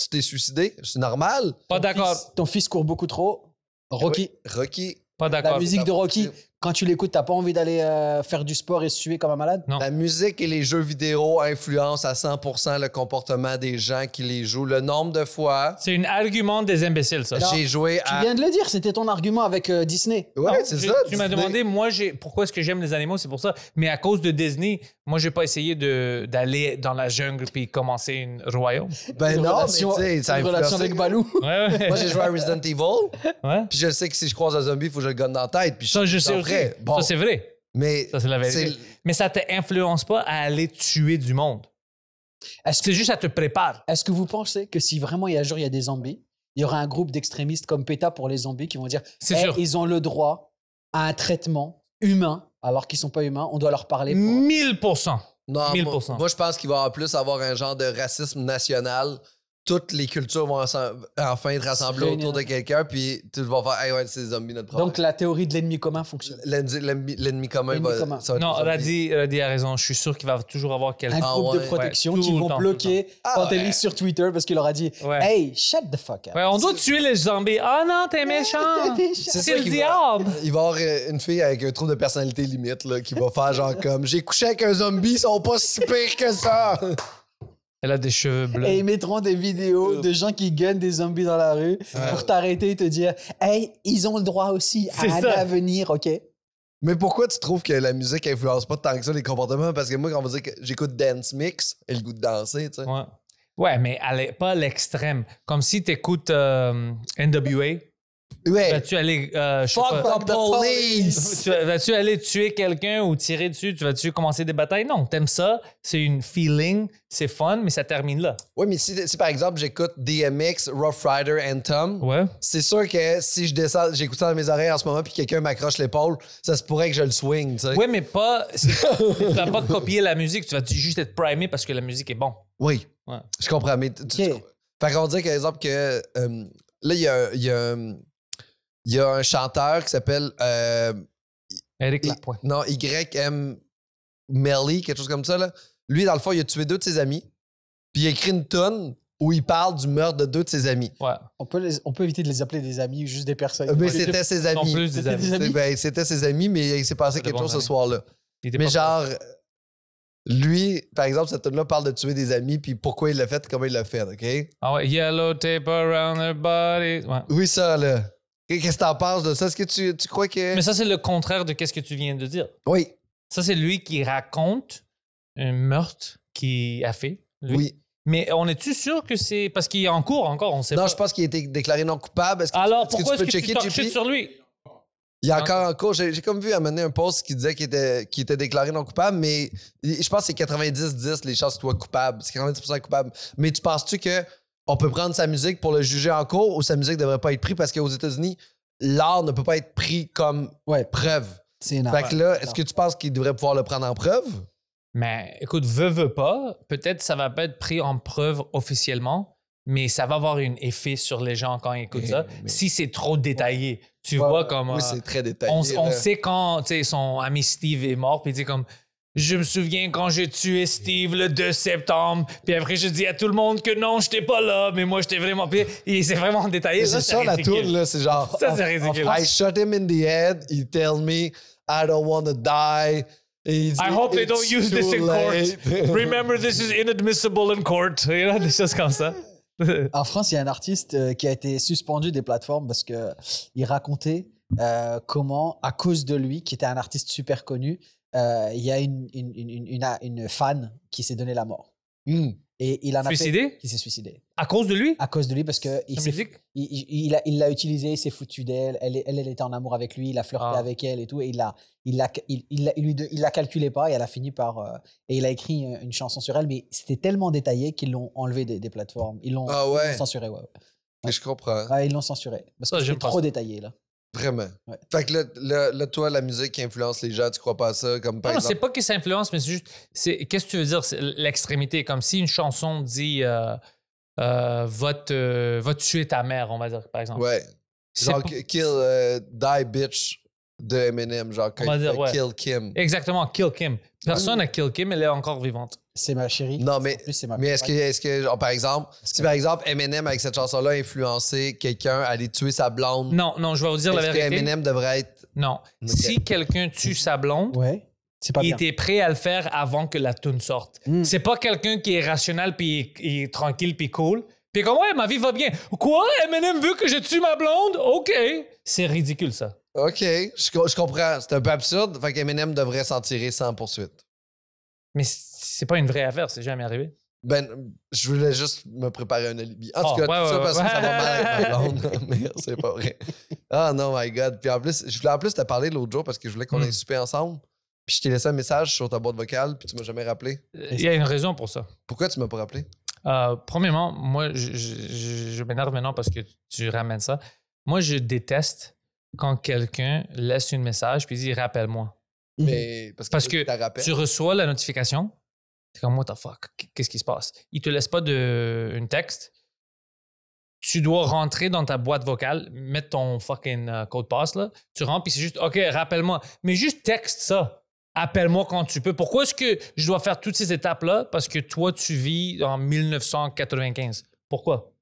Speaker 1: Tu t'es suicidé? C'est normal.
Speaker 3: Pas
Speaker 2: Ton
Speaker 3: d'accord.
Speaker 2: fils- Ton fils court beaucoup trop. Rocky,
Speaker 1: Rocky.
Speaker 3: Pas
Speaker 2: la
Speaker 3: d'accord.
Speaker 2: musique de Rocky, quand tu l'écoutes, t'as pas envie d'aller euh, faire du sport et se suer comme un malade
Speaker 3: Non.
Speaker 1: La musique et les jeux vidéo influencent à 100% le comportement des gens qui les jouent. Le nombre de fois,
Speaker 3: C'est un argument des imbéciles, ça.
Speaker 1: j'ai joué
Speaker 2: Tu
Speaker 1: à...
Speaker 2: viens de le dire, c'était ton argument avec euh, Disney.
Speaker 1: Ouais,
Speaker 3: Non,
Speaker 1: c'est
Speaker 3: j'ai-
Speaker 1: ça.
Speaker 3: Tu m'as
Speaker 1: Disney.
Speaker 3: demandé, moi, j'ai, pourquoi est-ce que j'aime les animaux, c'est pour ça. Mais à cause de Disney, moi, j'ai pas essayé de, d'aller dans la jungle puis commencer un royaume.
Speaker 1: Ben
Speaker 2: Une
Speaker 1: non,
Speaker 2: relation-
Speaker 1: mais tu sais, ça a
Speaker 2: une relation
Speaker 1: influencé.
Speaker 2: avec Balou.
Speaker 3: Ouais, ouais.
Speaker 1: Moi, j'ai joué à Resident Evil,
Speaker 3: Ouais.
Speaker 1: puis je sais que si je croise un zombie, il faut que je le gonne dans la tête. Puis
Speaker 3: Ça, je sais aussi.
Speaker 1: après, Bon,
Speaker 3: Ça, c'est vrai.
Speaker 1: mais
Speaker 3: Ça, c'est la vérité. Mais ça te influence pas à aller tuer du monde.
Speaker 2: Est-ce
Speaker 3: C'est juste, ça te prépare.
Speaker 2: Est-ce que vous pensez que si vraiment il y a un jour il y a des zombies, il y aura un groupe d'extrémistes comme PETA pour les zombies qui vont dire
Speaker 3: C'est
Speaker 2: Eh,
Speaker 3: sûr.
Speaker 2: ils ont le droit à un traitement humain alors qu'ils sont pas humains, on doit leur parler. pour-
Speaker 1: Mm.
Speaker 3: 1000%.
Speaker 1: non,
Speaker 3: 1000%.
Speaker 1: Ah, Moi, moi, je pense qu'il va en plus avoir un genre de racisme national. Toutes les cultures vont ense- enfin être rassemblées
Speaker 2: Réunir.
Speaker 1: autour de quelqu'un, puis tout le monde va faire Hey, ouais, c'est les zombies, notre problème.
Speaker 2: Donc la théorie de l'ennemi commun fonctionne.
Speaker 1: L'ennemi- L'ennemi l'ennemi commun
Speaker 2: L'ennemi
Speaker 1: va.
Speaker 2: commun.
Speaker 1: ça va être
Speaker 3: Non,
Speaker 1: les zombies.
Speaker 3: Radhi, Radhi a raison. Je suis sûr qu'il va toujours avoir
Speaker 2: Un
Speaker 3: quelqu'un.
Speaker 1: Ah
Speaker 2: groupe de
Speaker 1: ouais.
Speaker 2: protection
Speaker 3: Ouais,
Speaker 2: qui
Speaker 3: tout le
Speaker 2: vont
Speaker 3: temps, tout le
Speaker 2: bloquer
Speaker 1: Ah
Speaker 2: Pantelis
Speaker 1: ouais.
Speaker 2: sur Twitter parce qu'il leur a
Speaker 1: Ah,
Speaker 2: dit
Speaker 3: Ouais.
Speaker 2: Hey, shut the fuck up.
Speaker 3: Ouais, on doit tuer les zombies. Ah non, t'es méchant.
Speaker 1: C'est
Speaker 3: C'est
Speaker 1: ça
Speaker 3: le
Speaker 1: qui va-
Speaker 3: diable.
Speaker 1: Il va y avoir euh, une fille avec un trouble de personnalité limite là, qui va faire genre comme J'ai couché avec un zombie, ils sont pas si pires que ça.
Speaker 3: Elle a des cheveux bleus.
Speaker 2: Et ils mettront des
Speaker 1: Euh.
Speaker 2: vidéos de gens qui gunnent des zombies dans la rue pour t'arrêter et te dire Hey, ils ont le droit aussi à
Speaker 3: C'est
Speaker 2: un
Speaker 3: ça.
Speaker 2: avenir, ok
Speaker 1: Mais pourquoi tu trouves que la musique influence pas tant que ça les comportements? Parce que moi, quand on va dire que j'écoute Dance Mix, j'ai le goût de danser, tu sais.
Speaker 3: Ouais. Ouais, mais à l'e- pas à l'extrême. Comme si t'écoutes euh, NWA,
Speaker 1: Ouais.
Speaker 3: vas-tu aller. euh, je sais
Speaker 1: Fuck
Speaker 3: pas,
Speaker 1: the police!
Speaker 3: tu vas- vas-tu aller tuer quelqu'un ou tirer dessus? Tu vas-tu commencer des batailles? Non, t'aimes ça, c'est une feeling, c'est fun, mais ça termine là.
Speaker 1: Oui, mais si, si, par exemple j'écoute DMX, Rough Rider, Anthem,
Speaker 3: Ouais.
Speaker 1: c'est sûr que si je descends, j'écoute ça dans mes oreilles en ce moment puis quelqu'un m'accroche l'épaule, ça se pourrait que je le swing, tu sais.
Speaker 3: Ouais, mais pas. c'est- tu vas pas copier la musique, tu vas juste être primé parce que la musique est bon.
Speaker 1: Oui.
Speaker 3: Ouais.
Speaker 1: Je comprends, mais tu- tu-
Speaker 2: Ok.
Speaker 1: tu comprends. Fait qu'on dit, par exemple, que euh, là, il y a, il y a, il y a un chanteur qui s'appelle euh,
Speaker 3: Eric
Speaker 1: Et-
Speaker 3: Lapointe.
Speaker 1: Non, YM Melly, quelque chose comme ça. Là. Lui, dans le fond, il a tué deux de ses amis. Puis il a écrit une tonne où il parle du meurtre de deux de ses amis.
Speaker 3: Ouais.
Speaker 2: On peut, les- on peut éviter de les appeler des amis ou juste des personnes.
Speaker 1: Euh, Mais
Speaker 3: Ouais.
Speaker 1: c'était ses
Speaker 3: Non
Speaker 1: amis.
Speaker 3: plus des
Speaker 2: C'était
Speaker 3: amis.
Speaker 2: des
Speaker 1: C'est-
Speaker 2: amis.
Speaker 1: ben, c'était ses amis, mais il s'est passé
Speaker 3: C'est des
Speaker 1: quelque
Speaker 3: bons
Speaker 1: chose ce
Speaker 3: amis.
Speaker 1: soir-là.
Speaker 3: Il était
Speaker 1: Mais
Speaker 3: pas-
Speaker 1: genre, lui, par exemple, cette tonne-là parle de tuer des amis, puis pourquoi il l'a fait, comment il l'a fait, OK?
Speaker 3: Ah ouais, yellow tape around her body. Ouais.
Speaker 1: Oui, ça, là. Qu'est-ce que t'en penses de ça? Est-ce que tu, tu crois que.
Speaker 3: Mais ça, c'est le contraire de qu'est-ce que tu viens de dire.
Speaker 1: Oui,
Speaker 3: Ça, c'est lui qui raconte un meurtre qu'il a fait. lui.
Speaker 1: oui.
Speaker 3: Mais on est-tu sûr que c'est. Parce qu'il est en cours encore, on sait
Speaker 1: Non,
Speaker 3: pas.
Speaker 1: je pense qu'il a été déclaré non coupable. Est-ce que tu-
Speaker 3: Alors,
Speaker 1: est-ce que
Speaker 3: pourquoi
Speaker 1: tu
Speaker 3: est-ce
Speaker 1: peux
Speaker 3: que tu
Speaker 1: checker,
Speaker 3: talk
Speaker 1: JP?
Speaker 3: shit sur lui?
Speaker 1: Il
Speaker 3: Ah.
Speaker 1: est encore en cours. J'ai j'ai comme vu amener un post qui disait qu'il était, qu'il était déclaré non coupable, mais il- je pense que c'est 90-10 les chances qu'il soit coupable. C'est 90% coupable. Mais tu penses-tu que on peut prendre sa musique pour le juger en cours ou sa musique devrait pas être prise parce qu'aux États-Unis, l'art ne peut pas être pris comme
Speaker 2: Ouais,
Speaker 1: preuve.
Speaker 2: c'est énorme.
Speaker 1: fait que là, est-ce que tu penses qu'il devrait pouvoir le prendre en preuve?
Speaker 3: Mais écoute, veut, veut pas. Peut-être ça va pas être pris en preuve officiellement, mais ça va avoir un effet sur les gens quand ils écoutent
Speaker 1: Mais-
Speaker 3: ça.
Speaker 1: Eh, mais-
Speaker 3: Si c'est trop détaillé, tu
Speaker 2: Ouais,
Speaker 3: vois
Speaker 2: ouais.
Speaker 3: comme.
Speaker 1: oui,
Speaker 3: euh,
Speaker 1: c'est très détaillé.
Speaker 3: on, on
Speaker 1: là.
Speaker 3: sait quand tu sais, son ami Steve est mort, puis il dit comme Je me souviens quand j'ai tué Steve le 2 septembre, puis après je dis à tout le monde que non, j'étais pas là, mais moi j'étais vraiment. Puis il s'est vraiment détaillé.
Speaker 1: C'est ça, la
Speaker 3: ridicule.
Speaker 1: tourne, là. C'est genre.
Speaker 3: Ça, c'est ridicule.
Speaker 1: I shot him in the head. He tell me I don't want to die. Et il dit,
Speaker 3: I hope they don't
Speaker 1: "It's
Speaker 3: use this
Speaker 1: too
Speaker 3: in
Speaker 1: late."
Speaker 3: court. Remember, this is inadmissible in court. You know, des choses comme ça.
Speaker 2: En France, il y a un artiste euh, qui a été suspendu des plateformes parce que il racontait euh, comment, à cause de lui, qui était un artiste super connu, euh, il y a une, une, une, une- une- une fan qui s'est donné la mort.
Speaker 1: Hmm.
Speaker 2: Et il en a fait-
Speaker 3: Suicidé
Speaker 2: Qui s'est suicidé.
Speaker 3: À cause de
Speaker 1: Ah,
Speaker 3: lui
Speaker 2: À cause de lui, parce que il
Speaker 3: Sa
Speaker 2: s'est
Speaker 3: musique
Speaker 2: il, il- il a- il l'a utilisé, il s'est foutu d'elle, elle, est- elle, elle était en amour avec lui, il a flirté
Speaker 3: Ah.
Speaker 2: avec elle et tout, et il l'a il, l'a- il, il, l'a- il lui de- il la calculait pas, et elle a fini par... euh, et il a écrit euh, une chanson sur elle, mais c'était tellement détaillé qu'ils l'ont enlevé des, des plateformes. Ils l'ont
Speaker 1: Ah
Speaker 2: ils l'ont
Speaker 1: ouais.
Speaker 2: censuré, ouais. ouais.
Speaker 1: Mais je comprends.
Speaker 2: Ouais, ils l'ont censuré, parce
Speaker 3: Ça,
Speaker 2: que
Speaker 3: j'aime
Speaker 2: c'était
Speaker 3: pas
Speaker 2: trop
Speaker 3: ça.
Speaker 2: détaillé, là.
Speaker 1: Vraiment.
Speaker 2: Ouais.
Speaker 1: Fait que là, là- là, toi, la musique qui influence les gens, tu crois pas à ça? Comme par
Speaker 3: Ah Non, non, c'est
Speaker 1: exemple.
Speaker 3: pas que ça influence, mais c'est juste. c'est- Qu'est-ce que tu veux dire? c'est L'extrémité. Comme si une chanson dit euh, euh, va, te, va tuer ta mère, on va dire, par exemple.
Speaker 1: Ouais.
Speaker 3: C'est
Speaker 1: Genre,
Speaker 3: pas-
Speaker 1: ki- kill, euh, die bitch de Eminem. Genre, quand
Speaker 3: On va
Speaker 1: il
Speaker 3: dire,
Speaker 1: fait
Speaker 3: ouais.
Speaker 1: kill Kim.
Speaker 3: Exactement, Kill Kim.
Speaker 1: Ah.
Speaker 3: Personne à Kill Kim, elle est encore vivante.
Speaker 2: C'est ma chérie.
Speaker 1: Non, mais-
Speaker 2: En plus, c'est ma
Speaker 1: Mais est-ce que,
Speaker 2: compagne.
Speaker 1: est que genre, par exemple,
Speaker 2: Parce
Speaker 1: si
Speaker 2: que-
Speaker 1: par exemple Eminem avec cette chanson-là a influencé quelqu'un à aller tuer sa blonde,
Speaker 3: Non, non, je vais vous dire la
Speaker 1: Mm. est-ce que
Speaker 3: vérité.
Speaker 1: Eminem devrait être.
Speaker 3: Non.
Speaker 1: Ok.
Speaker 3: Si quelqu'un tue sa blonde,
Speaker 2: Ouais, c'est pas
Speaker 3: il
Speaker 2: bien.
Speaker 3: était prêt à le faire avant que la tune sorte.
Speaker 2: Mm.
Speaker 3: C'est pas quelqu'un qui est rationnel puis il est tranquille puis cool. Puis comme ouais, ma vie va bien. Quoi Eminem veut que je tue ma blonde OK. C'est ridicule ça.
Speaker 1: Ok, je, co- je comprends. C'est un peu absurde. Fait qu'Eminem devrait s'en tirer sans poursuite.
Speaker 3: Mais c'est pas une vraie affaire, c'est jamais arrivé.
Speaker 1: Ben, je voulais juste me préparer un alibi. En
Speaker 3: Oh,
Speaker 1: tout cas,
Speaker 3: ouais,
Speaker 1: tout ça
Speaker 3: ouais,
Speaker 1: parce que
Speaker 3: ouais.
Speaker 1: ça va mal avec ma blonde. Mais c'est pas vrai. Ah non, my God. Puis en plus, je voulais en plus te parler l'autre jour parce que je voulais qu'on
Speaker 3: Hmm.
Speaker 1: ait souper ensemble. Puis je t'ai laissé un message sur ta boîte vocale, puis tu m'as jamais rappelé.
Speaker 3: Euh, Il y a une raison pour ça.
Speaker 1: Pourquoi tu m'as pas rappelé?
Speaker 3: Euh, premièrement, moi, je, je- je- je m'énerve maintenant parce que tu ramènes ça. Moi, je déteste quand quelqu'un laisse un message puis dit rappelle-moi.
Speaker 2: Mhm.
Speaker 1: Mais parce que,
Speaker 3: Hmm. Parce
Speaker 1: toi, tu
Speaker 3: que
Speaker 1: t'en rappelles.
Speaker 3: Tu reçois la notification. T'es comme, what the fuck? Qu'est-ce qui se passe? Il te laisse pas de, une texte. Tu dois rentrer dans ta boîte vocale, mettre ton fucking euh, code passe, là. Tu rentres, puis c'est juste, OK, rappelle-moi. Mais juste texte ça. Appelle-moi quand tu peux. Pourquoi est-ce que je dois faire toutes ces étapes-là? Parce que toi, tu vis en 1995. Pourquoi?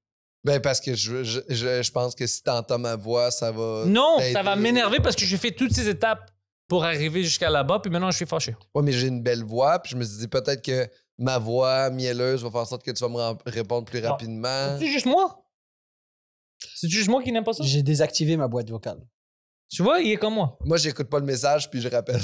Speaker 1: Ben parce que je, je, je, je pense que si t'entends ma voix, ça va.
Speaker 3: Non,
Speaker 1: t'aider.
Speaker 3: ça va m'énerver parce que j'ai fait toutes ces étapes pour arriver jusqu'à là-bas, puis maintenant, je suis fâché.
Speaker 1: Ouais, mais j'ai une belle voix, puis je me suis dit peut-être que ma voix mielleuse va faire en sorte que tu vas me rem- répondre plus
Speaker 3: Non.
Speaker 1: rapidement.
Speaker 3: C'est juste moi. C'est juste moi qui n'aime pas ça.
Speaker 2: J'ai désactivé ma boîte vocale.
Speaker 3: Tu vois, il est comme moi.
Speaker 1: Moi, j'écoute pas le message, puis je rappelle.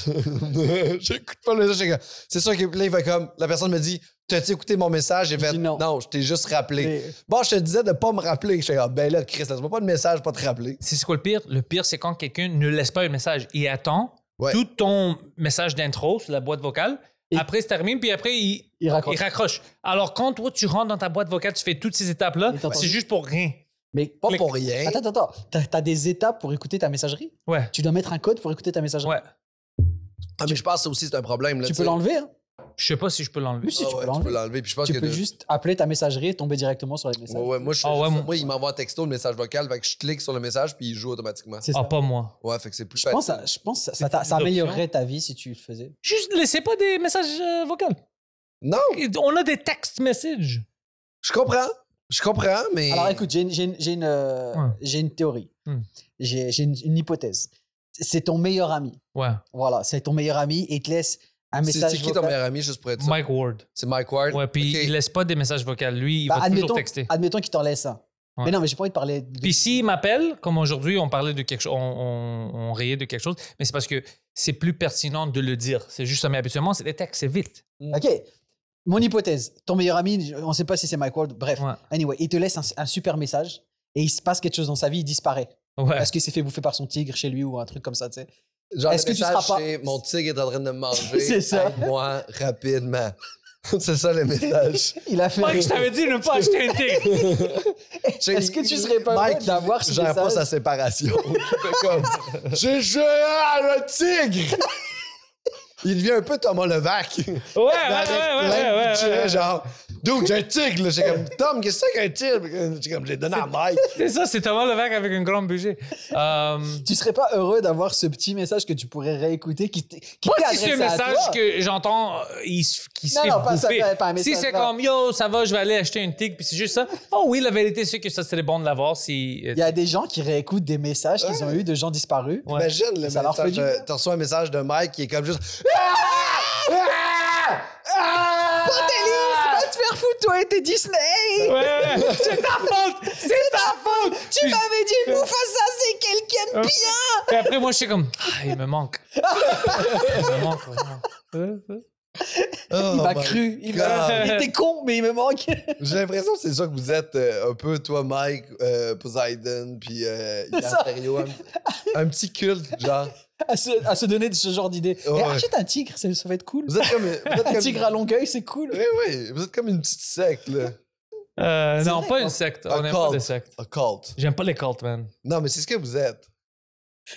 Speaker 1: j'écoute pas le message. j'ai comme- C'est sûr que là, il fait comme. La personne me dit T'as-tu écouté mon message J'ai
Speaker 2: Je
Speaker 1: fait
Speaker 2: dis non.
Speaker 1: je t'ai juste rappelé.
Speaker 2: Mais-
Speaker 1: Bon, je te disais de pas me rappeler. Je suis comme Ben là, Chris, laisse-moi pas de message, pas te rappeler.
Speaker 3: C'est c'est quoi le pire? Le pire, c'est quand quelqu'un ne laisse pas un message. Il attend
Speaker 1: Ouais.
Speaker 3: tout ton message d'intro sur la boîte vocale.
Speaker 2: Et-
Speaker 3: Après, ça termine, puis après, il,
Speaker 2: Il raconte.
Speaker 3: il raccroche. Alors, quand toi, tu rentres dans ta boîte vocale, tu fais toutes ces étapes-là,
Speaker 2: Et t'entends-
Speaker 3: c'est juste pour rien.
Speaker 2: Mais
Speaker 1: Pas
Speaker 3: Clic.
Speaker 1: pour rien.
Speaker 2: Attends, attends, attends. T'as- T'as des étapes pour écouter ta messagerie
Speaker 3: Ouais.
Speaker 2: Tu dois mettre un code pour écouter ta messagerie
Speaker 3: Ouais.
Speaker 1: Ah, mais je pense que ça aussi, c'est un problème. Là,
Speaker 2: Tu
Speaker 1: tu sais.
Speaker 2: peux l'enlever, hein
Speaker 3: Je sais pas si je peux l'enlever.
Speaker 2: Oui, si,
Speaker 1: Ah
Speaker 2: tu
Speaker 1: ouais,
Speaker 2: peux l'enlever.
Speaker 1: Puis je pense
Speaker 2: Tu
Speaker 1: que
Speaker 2: peux
Speaker 1: de-
Speaker 2: juste appeler ta messagerie et tomber directement sur les messages.
Speaker 1: Ouais, ouais, moi, je,
Speaker 3: Ah ouais,
Speaker 1: moi,
Speaker 3: moi-
Speaker 1: il m'envoie un texto, le message vocal, fait que je clique sur le message, puis il joue automatiquement.
Speaker 2: C'est
Speaker 3: Ah,
Speaker 2: ça.
Speaker 3: pas moi.
Speaker 1: Ouais, fait que c'est plus
Speaker 2: Je pense,
Speaker 1: facile.
Speaker 2: à- je pense que ça, t'a-
Speaker 3: une
Speaker 2: ça
Speaker 3: option.
Speaker 2: améliorerait ta vie si tu le faisais.
Speaker 3: Juste laissez pas des messages euh, vocaux.
Speaker 1: Non,
Speaker 3: On a des text messages.
Speaker 1: je comprends. Je comprends, mais.
Speaker 2: Alors écoute, j'ai une, j'ai une- j'ai une, euh,
Speaker 3: Ouais.
Speaker 2: j'ai une théorie.
Speaker 3: Hmm.
Speaker 2: J'ai j'ai une, une hypothèse. C'est ton meilleur ami.
Speaker 3: Ouais.
Speaker 2: Voilà, c'est ton meilleur ami et il te laisse un
Speaker 1: C'est-
Speaker 2: message.
Speaker 1: C'est qui ton
Speaker 2: vocal.
Speaker 1: meilleur ami, juste pour être sûr?
Speaker 3: Mike Ward.
Speaker 1: C'est Mike Ward.
Speaker 3: Ouais, puis
Speaker 1: Ok.
Speaker 3: il laisse pas des messages vocaux. Lui, il
Speaker 2: Bah,
Speaker 3: va toujours
Speaker 2: admettons
Speaker 3: texter.
Speaker 2: admettons qu'il t'en laisse un.
Speaker 3: Ouais.
Speaker 2: Mais non, mais j'ai pas envie de parler. De...
Speaker 3: Puis s'il m'appelle, comme aujourd'hui, on parlait de quelque chose, on, on, on riait de quelque chose, mais c'est parce que c'est plus pertinent de le dire. C'est juste ça, mais habituellement, c'est des textes, c'est vite.
Speaker 2: Ok. Mon hypothèse, ton meilleur ami, je- on ne sait pas si c'est Mike Ward, bref.
Speaker 3: Ouais.
Speaker 2: Anyway, il te laisse un, un super message et il se passe quelque chose dans sa vie, il disparaît.
Speaker 3: Ouais.
Speaker 2: Parce qu'il s'est fait bouffer par son tigre chez lui ou un truc comme ça, tu sais.
Speaker 1: Genre,
Speaker 2: Est-ce
Speaker 1: le
Speaker 2: que tu
Speaker 1: message,
Speaker 2: seras pas-
Speaker 1: c'est, Mon tigre est en train de me manger.
Speaker 2: C'est ça.
Speaker 1: Moi, rapidement. c'est ça le message.
Speaker 2: Il a fait.
Speaker 3: Mike, je t'avais dit de ne pas acheter un tigre.
Speaker 2: Est-ce que tu serais pas
Speaker 1: Mike,
Speaker 2: heureux d'avoir
Speaker 1: il
Speaker 2: ce
Speaker 1: gère pas sa
Speaker 2: message?
Speaker 1: séparation. Il fait comme, J'ai joué à le tigre! Il devient un peu Thomas Levac.
Speaker 3: Ouais, ouais, ouais,
Speaker 1: Mais avec
Speaker 3: ouais,
Speaker 1: plein de
Speaker 3: ouais, ouais,
Speaker 1: budget,
Speaker 3: ouais.
Speaker 1: genre, dude, j'ai un tigre, là. J'ai comme, Tom, qu'est-ce que c'est qu'un tigre? J'ai comme, j'ai donné à Mike.
Speaker 3: C'est ça, c'est Thomas Levac avec un grand budget. Euh,
Speaker 2: Tu serais pas heureux d'avoir ce petit message que tu pourrais réécouter qui t- qui
Speaker 3: moi,
Speaker 2: t'est
Speaker 3: si c'est un
Speaker 2: adressé à
Speaker 3: message
Speaker 2: toi?
Speaker 3: que j'entends, euh, il se- qui se
Speaker 2: Non,
Speaker 3: fait
Speaker 2: non, pas ça,
Speaker 3: bouffer.
Speaker 2: pas- pas un
Speaker 3: si
Speaker 2: message,
Speaker 3: c'est
Speaker 2: non.
Speaker 3: comme, yo, ça va, je vais aller acheter un tigre, puis c'est juste ça. Oh oui, la vérité, c'est que ça serait bon de l'avoir si... euh,
Speaker 2: Il y a des gens qui réécoutent des messages qu'ils ont eu de gens disparus.
Speaker 3: Ouais.
Speaker 1: Imagine le
Speaker 2: Ça leur fait
Speaker 1: message.
Speaker 2: du
Speaker 1: de-
Speaker 2: bien.
Speaker 1: Tu reçois un message de Mike qui est comme juste. Ah! Ah! Ah!
Speaker 2: Télé, c'est pas te faire foutre, toi et tes Disney
Speaker 3: Ouais, c'est ta faute! C'est ta faute!
Speaker 2: Tu m'avais dit, Mufasa, c'est quelqu'un de bien
Speaker 3: Et après, moi, je suis comme, ah, il me manque. il me manque vraiment.
Speaker 1: Oh
Speaker 2: il m'a
Speaker 1: my
Speaker 2: cru. Il,
Speaker 1: God.
Speaker 2: m'a- il était con, mais il me manque.
Speaker 1: J'ai l'impression que c'est ça que vous êtes euh, un peu, toi, Mike, euh, Poseidon, puis euh, Yann
Speaker 2: ça.
Speaker 1: Terriot, un, un petit culte, genre.
Speaker 2: à, se, à se donner de ce genre d'idée.
Speaker 1: Ouais.
Speaker 2: Eh, Achète un tigre, ça, ça va être cool.
Speaker 1: Vous êtes comme, vous êtes
Speaker 2: Un
Speaker 1: comme-
Speaker 2: tigre à Longueuil, c'est cool.
Speaker 1: Oui, oui, vous êtes comme une petite secte, là.
Speaker 3: Euh,
Speaker 2: C'est
Speaker 3: non,
Speaker 2: vrai
Speaker 3: pas
Speaker 2: qu'on-
Speaker 3: une secte.
Speaker 1: Un
Speaker 3: On n'aime pas
Speaker 1: cult.
Speaker 3: des sectes.
Speaker 1: Un cult.
Speaker 3: J'aime pas les cultes, man.
Speaker 1: Non, mais c'est ce que vous êtes.